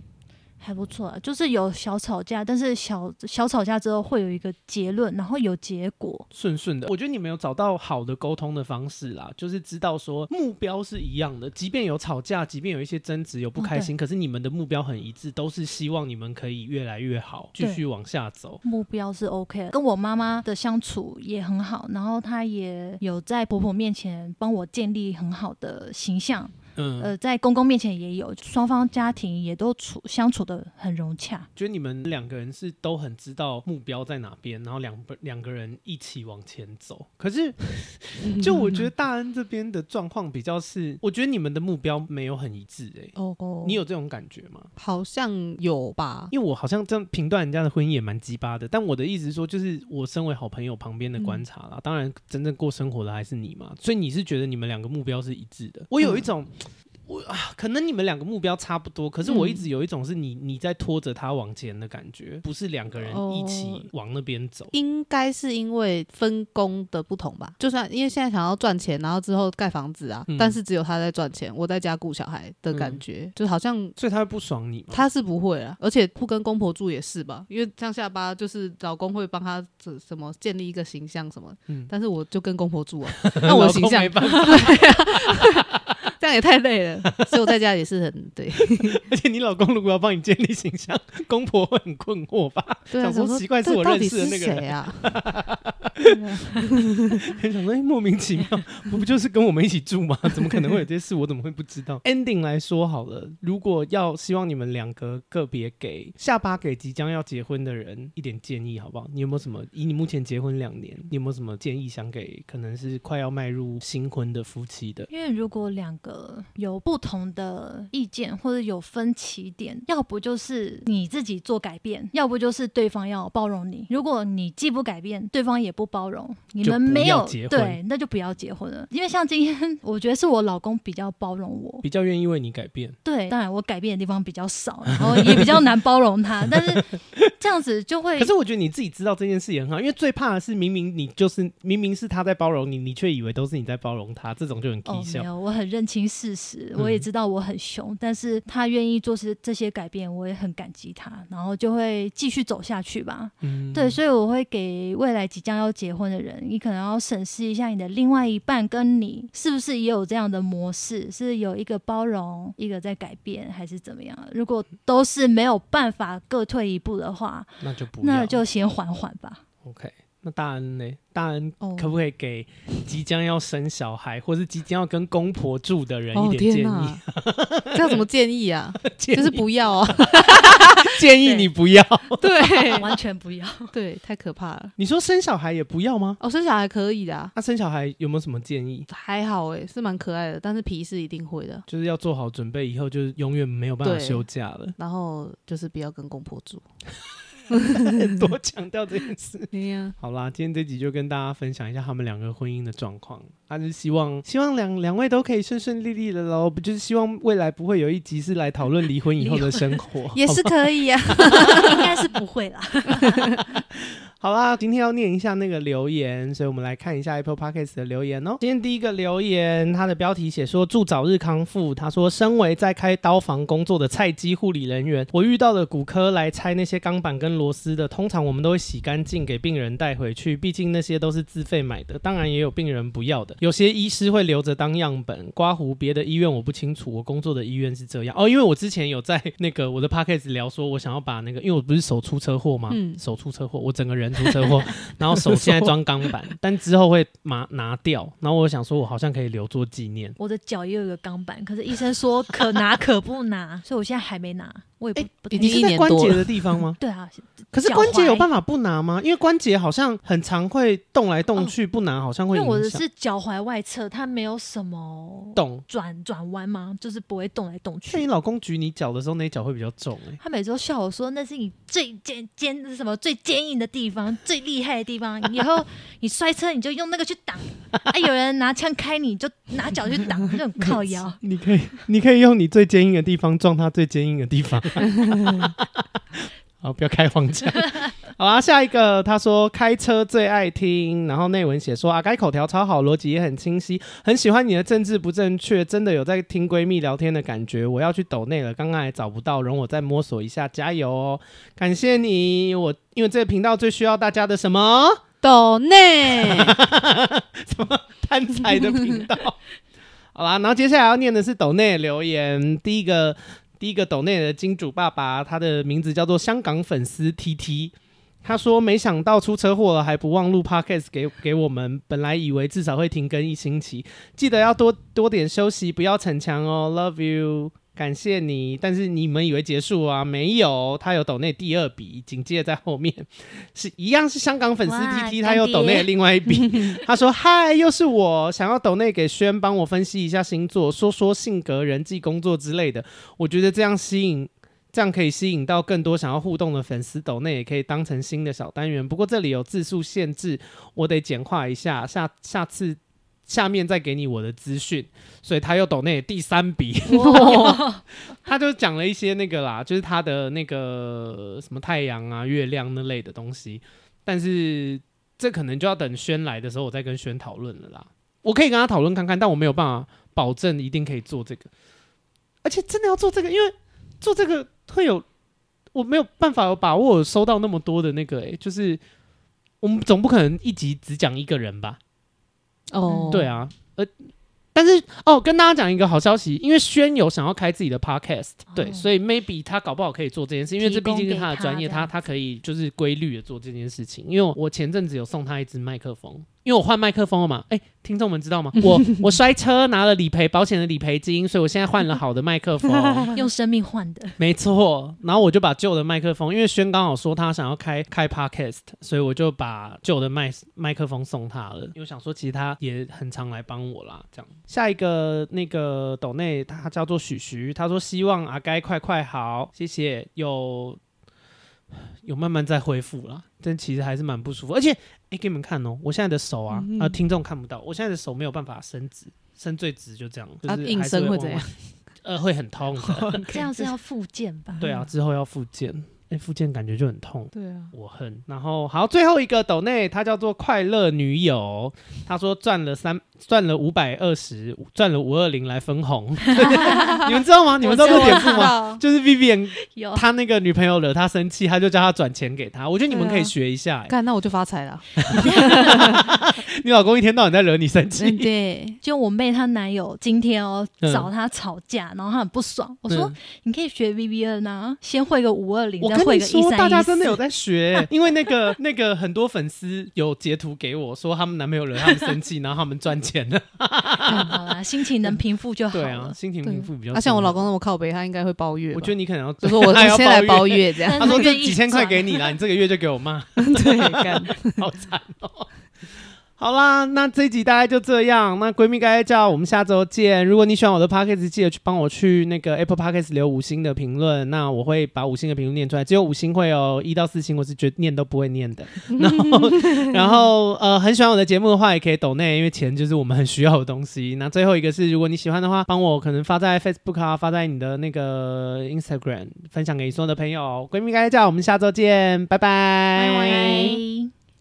Speaker 3: 还不错啊，就是有小吵架，但是小小吵架之后会有一个结论，然后有结果。
Speaker 1: 顺顺的。我觉得你们有找到好的沟通的方式啦，就是知道说目标是一样的，即便有吵架，即便有一些争执，有不开
Speaker 3: 嗯
Speaker 1: 心，可是你们的目标很一致，都是希望你们可以越来越好，继
Speaker 3: 对
Speaker 1: 续往下走。
Speaker 3: 目标是 OK 的，跟我妈妈的相处也很好，然后她也有在婆婆面前帮我建立很好的形象，
Speaker 1: 嗯，
Speaker 3: 呃，在公公面前也有，双方家庭也都处相处的很融洽。
Speaker 1: 觉得你们两个人是都很知道目标在哪边，然后两 个两个人一起往前走。可是，就我觉得大恩这边的状况比较是，我觉得你们的目标没有很一致、欸。
Speaker 2: 哦哦
Speaker 1: 你有这种感觉吗？
Speaker 2: 好像有吧？
Speaker 1: 因为我好像这样评断人家的婚姻也蛮鸡巴的，但我的意思是说，就是我身为好朋友旁边的观
Speaker 2: 嗯
Speaker 1: 察啦，当然真正过生活的还是你嘛，所以你是觉得你们两个目标是一致的。我
Speaker 2: 嗯
Speaker 1: 有一种。我啊，可能你们两个目标差不多，可是我一
Speaker 2: 嗯
Speaker 1: 直有一种是你你在拖着他往前的感觉，不是两个人一
Speaker 2: 哦
Speaker 1: 起往那边走。
Speaker 2: 应该是因为分工的不同吧，就算因为现在想要赚钱，然后之后盖房子啊，
Speaker 1: 嗯
Speaker 2: 但是只有他在赚钱，我在家顾小孩的感觉，就好像
Speaker 1: 所以他会不爽你吗？
Speaker 2: 他是不会啊，而且不跟公婆住也是吧，因为像下巴就是老公会帮他怎什么建立一个形象什么，
Speaker 1: 嗯
Speaker 2: 但是我就跟公 婆住啊，那我的形象
Speaker 1: 老公没办法，
Speaker 2: 这样也太累了，所以我在家也是 很对
Speaker 1: 而且你老公如果要帮你建立形象，公婆会很困惑吧？
Speaker 2: 对啊，
Speaker 1: 想说
Speaker 2: 想说
Speaker 1: 奇怪是
Speaker 2: 对
Speaker 1: 我
Speaker 2: 到
Speaker 1: 认
Speaker 2: 底
Speaker 1: 识的
Speaker 2: 是
Speaker 1: 那个人
Speaker 2: 谁啊？
Speaker 1: 很想说，哎、莫名其妙，我不就是跟我们一起住吗？ 怎么可能会有这些事？我怎么会不知道？Ending 来说好了，如果要希望你们两个个别给下巴给即将要结婚的人一点建议，好不好？你有没有什么？以你目前结婚两年，你有没有什么建议想给可能是快要迈入新婚的夫妻的？
Speaker 3: 因为如果两个有不同的意见或者有分歧点，要不就是你自己做改变，要不就是对方要包容你。如果你既不改变，对方也不包容，你
Speaker 1: 就
Speaker 3: 们
Speaker 1: 不
Speaker 3: 没
Speaker 1: 要
Speaker 3: 有
Speaker 1: 结婚
Speaker 3: 对，那就不要结婚了。因为像今天， 我觉得是我老公比较包容我，
Speaker 1: 比较愿意为你改变，
Speaker 3: 对，当然我改变的地方比较少，然后也比较难包容他，但是这样子就会
Speaker 1: 可是我觉得你自己知道这件事也很好，因为最怕的是明明你就是明明是他在包容你，你却以为都是你在包容他，这种就很
Speaker 3: 哦
Speaker 1: 低，
Speaker 3: 没
Speaker 1: 效。
Speaker 3: 有，我很认清事实，
Speaker 1: 嗯
Speaker 3: 我也知道我很凶，但是他愿意做这这些改变，我也很感激他，然后就会继续走下去吧。
Speaker 1: 嗯，
Speaker 3: 对，所以我会给未来即将要结婚的人，你可能要审视一下你的另外一半跟你是不是也有这样的模式，是有一个包容，一个在改变，还是怎么样？如果都是没有办法各退一步的话，
Speaker 1: 那就不
Speaker 3: 那
Speaker 1: 要
Speaker 3: 就先缓缓吧。
Speaker 1: OK。那大恩呢？大恩
Speaker 2: 哦
Speaker 1: 可不可以给即将要生小孩，或是即将要跟公婆住的人
Speaker 2: 哦
Speaker 1: 一点建
Speaker 2: 天
Speaker 1: 议？
Speaker 2: 哪，这要怎么建议啊？
Speaker 1: 建
Speaker 2: 就
Speaker 1: 议
Speaker 2: 是不要啊！
Speaker 1: 建议你不要。
Speaker 2: 对
Speaker 3: 完全不要。
Speaker 2: 对，太可怕了。
Speaker 1: 你说生小孩也不要吗？
Speaker 2: 哦，生小孩可以的啊，
Speaker 1: 那、生小孩有没有什么建议？
Speaker 2: 还好诶，是蛮可爱的，但是皮是一定会的。
Speaker 1: 就是要做好准备，以后就是永远没有办法
Speaker 2: 对
Speaker 1: 休假 了。
Speaker 2: 然后就是不要跟公婆住。
Speaker 1: 多强调这件事。
Speaker 2: 对呀、？
Speaker 1: 好啦，今天这集就跟大家分享一下他们两个婚姻的状况。他是希望希望两两位都可以顺顺利利的喽，不就是希望未来不会有一集是来讨论离婚以后的生活
Speaker 2: 也是可以啊呀、
Speaker 3: 应该是不会啦。
Speaker 1: 好啦，今天要念一下那个留言，所以我们来看一下 Apple Podcast 的留言哦。今天第一个留言，它的标题写说“祝早日康复”。他说，身为在开刀房工作的菜鸡护理人员，我遇到的骨科来拆那些钢板跟螺丝的，通常我们都会洗干净给病人带回去，毕竟那些都是自费买的。当然也有病人不要的，有些医师会留着当样本。刮胡别的医院我不清楚，我工作的医院是这样哦，因为我之前有在那个我的 Podcast 聊说，我想要把那个，因为我不是手出车祸嘛，
Speaker 2: 嗯
Speaker 1: 手出车祸，我整个人出车 祸，然后手现在装钢板，但之后会拿拿掉。然后我想说，我好像可以留作纪念。
Speaker 3: 我的脚也有一个钢板，可是医生说可拿可不 拿，所以我现在还没拿，我也不、
Speaker 1: 哎
Speaker 3: 不
Speaker 2: 已
Speaker 3: 太
Speaker 1: 你
Speaker 2: 经
Speaker 1: 是
Speaker 2: 一
Speaker 1: 在
Speaker 2: 年
Speaker 1: 关
Speaker 2: 多
Speaker 1: 节
Speaker 2: 了
Speaker 1: 的地方 吗？
Speaker 3: 对啊，
Speaker 1: 可是
Speaker 3: 脚
Speaker 1: 关节有
Speaker 3: 踝
Speaker 1: 办法不拿吗？因为关节好像很常会动来动去，不拿好像
Speaker 3: 因
Speaker 1: 会
Speaker 3: 为我的
Speaker 1: 影响。
Speaker 3: 是脚踝外侧，它没有什么
Speaker 1: 动。
Speaker 3: 转转弯吗？就是不会动来动
Speaker 1: 所以你
Speaker 3: 去。
Speaker 1: 老公举你脚的时候，那一脚会比较重哎、
Speaker 3: 他每周笑我说：“那是你最坚坚什么最坚硬的地方，最厉害的地方。以后你摔车你就用那个去 挡，啊，有人拿枪开你你就拿脚去挡，那种靠腰。
Speaker 1: 你可以，你可以用你最坚硬的地方撞他最坚硬的地方。好，不要开黄腔。好啦，下一个他说开车最爱听，然后内文写说啊，该口条超好，逻辑也很清晰，很喜欢你的政治不正确，真的有在听闺蜜聊天的感觉。我要去抖内了，刚刚还找不到，容我再摸索一下，加油哦！感谢你，我因为这个频道最需要大家的什么？
Speaker 2: 抖内
Speaker 1: 贪财的频道。好啦，然后接下来要念的是斗内的留言，第一个第一个斗内的金主爸爸，他的名字叫做香港粉丝 TT。他说：“没想到出车祸了，还不忘录 podcast 给给我们。本来以为至少会停更一星期，记得要多多点休息，不要逞强哦。Love you，感谢你。但是你们以为结束啊？没有，他有抖内第二笔，紧接着在后面 是一样是香港粉丝
Speaker 3: 哇
Speaker 1: TT，他有抖内的另外一笔。 他说：“嗨，又是我，想要抖内给轩帮我分析一下星座，说说性格、人际、工作之类的。我觉得这样吸引。”这样可以吸引到更多想要互动的粉丝，抖内也可以当成新的小单元。不过这里有字数限制，我得简化一下，下下次下面再给你我的资讯。所以他又抖内第三笔， 他就讲了一些那个啦，就是他的那个什么太阳啊、月亮那类的东西，但是这可能就要等轩来的时候，我再跟轩讨论了啦。我可以跟他讨论看看，但我没有办法保证一定可以做这个，而且真的要做这个，因为做这个会有我没有办法有把握收到那么多的那个、欸，就是我们总不可能一集只讲一个人吧？啊
Speaker 2: 哦，
Speaker 1: 嗯对，啊，呃，但是哦，跟大家讲一个好消息，因为轩有想要开自己的 podcast，、对，所以 maybe 他搞不好可以做这件事，因为这毕竟是的专业，
Speaker 3: 哦提供给他
Speaker 1: 他他可以就是规律的做这件事情。因为我前阵子有送他一支麦克风，因为我换麦克风了嘛，哎、听众们知道吗？ 我我摔车拿了理赔保险的理赔金，所以我现在换了好的麦克风，
Speaker 3: 用生命换 的，
Speaker 1: 没错。然后我就把旧的麦克风，因为轩刚好说他想要开开 podcast，所以我就把旧的麦麦克风送他了。因为我想说，其实他也很常来帮我啦。这样，下一个那个斗内他叫做许许，他说希望阿该快快好，谢谢。有有慢慢在恢复啦，但其实还是蛮不舒服。而且，哎、给你们看哦，我现在的手啊，啊、听众看不到，我现在的手没有办法伸直。伸最直就这样，就
Speaker 2: 啊
Speaker 1: 是
Speaker 2: 硬
Speaker 1: 还是
Speaker 2: 伸
Speaker 1: 会
Speaker 2: 会
Speaker 1: 弯
Speaker 2: 怎
Speaker 1: 弯？呃，会很痛的。
Speaker 3: 这样是要复健吧？
Speaker 1: 对啊，之后要复健，哎、复健感觉就很痛，
Speaker 2: 对啊，
Speaker 1: 我恨。然后好，最后一个斗内，他叫做快乐女友，他说赚了三，赚了五百二十，赚了五二零来分 红，你们知道吗？你们知道哦这典故吗？
Speaker 2: 吗？
Speaker 1: 就是 Vivian
Speaker 3: 有
Speaker 1: 他那个女朋友惹他生气，他就叫他转钱给他。我觉得你们
Speaker 2: 对啊
Speaker 1: 可以学一下、欸，
Speaker 2: 干，那我就发财了。
Speaker 1: 啊你老公一天到晚在惹你生气，
Speaker 3: 嗯，对， 就我妹她男友今天哦
Speaker 1: 嗯
Speaker 3: 找她吵架，然后她很不爽。我说
Speaker 1: 嗯
Speaker 3: 你可以学 V V N 啊，先会个五二零，
Speaker 1: 我
Speaker 3: 再
Speaker 1: 跟
Speaker 3: 会
Speaker 1: 你
Speaker 3: 个一
Speaker 1: 说，
Speaker 3: 三
Speaker 1: 大
Speaker 3: 一
Speaker 1: 家真的有
Speaker 3: 四。
Speaker 1: 在 学，因为那个那个很多粉丝有截图给我说，他们男朋友惹他们生气，然后他们赚钱 了。
Speaker 3: 嗯好啦，心情能平复就好
Speaker 1: 对啊，
Speaker 3: 了。
Speaker 1: 心情
Speaker 2: 对
Speaker 1: 平复比较。
Speaker 2: 啊，像我老，公那么靠北，他应该会抱怨吧。
Speaker 1: 我觉得你可能要，
Speaker 2: 就说我我
Speaker 1: 他要
Speaker 2: 先来
Speaker 1: 抱
Speaker 2: 包月这样，
Speaker 1: 他说
Speaker 3: 他
Speaker 1: 这
Speaker 3: 愿意
Speaker 1: 几千块
Speaker 3: 转
Speaker 1: 给你啦，你这个月就给我骂，
Speaker 2: 对，干
Speaker 1: 好惨哦。好啦，那这一集大概就这样。那闺蜜该叫我们下周见。如果你喜欢我的 podcast，记得去帮我去那个 Apple podcast 留五星的评论。那我会把五星的评论念出来，只有五星会哦，一到四星我是绝念都不会念 的。然后，然后呃，很喜欢我的节目的话，也可以抖内，因为钱就是我们很需要的东西。那最后一个是，如果你喜欢的话，帮我可能发在 Facebook 啊，发在你的那个 Instagram，分享给你所有的朋友。闺蜜该叫我们下周见，拜拜。
Speaker 3: 拜拜。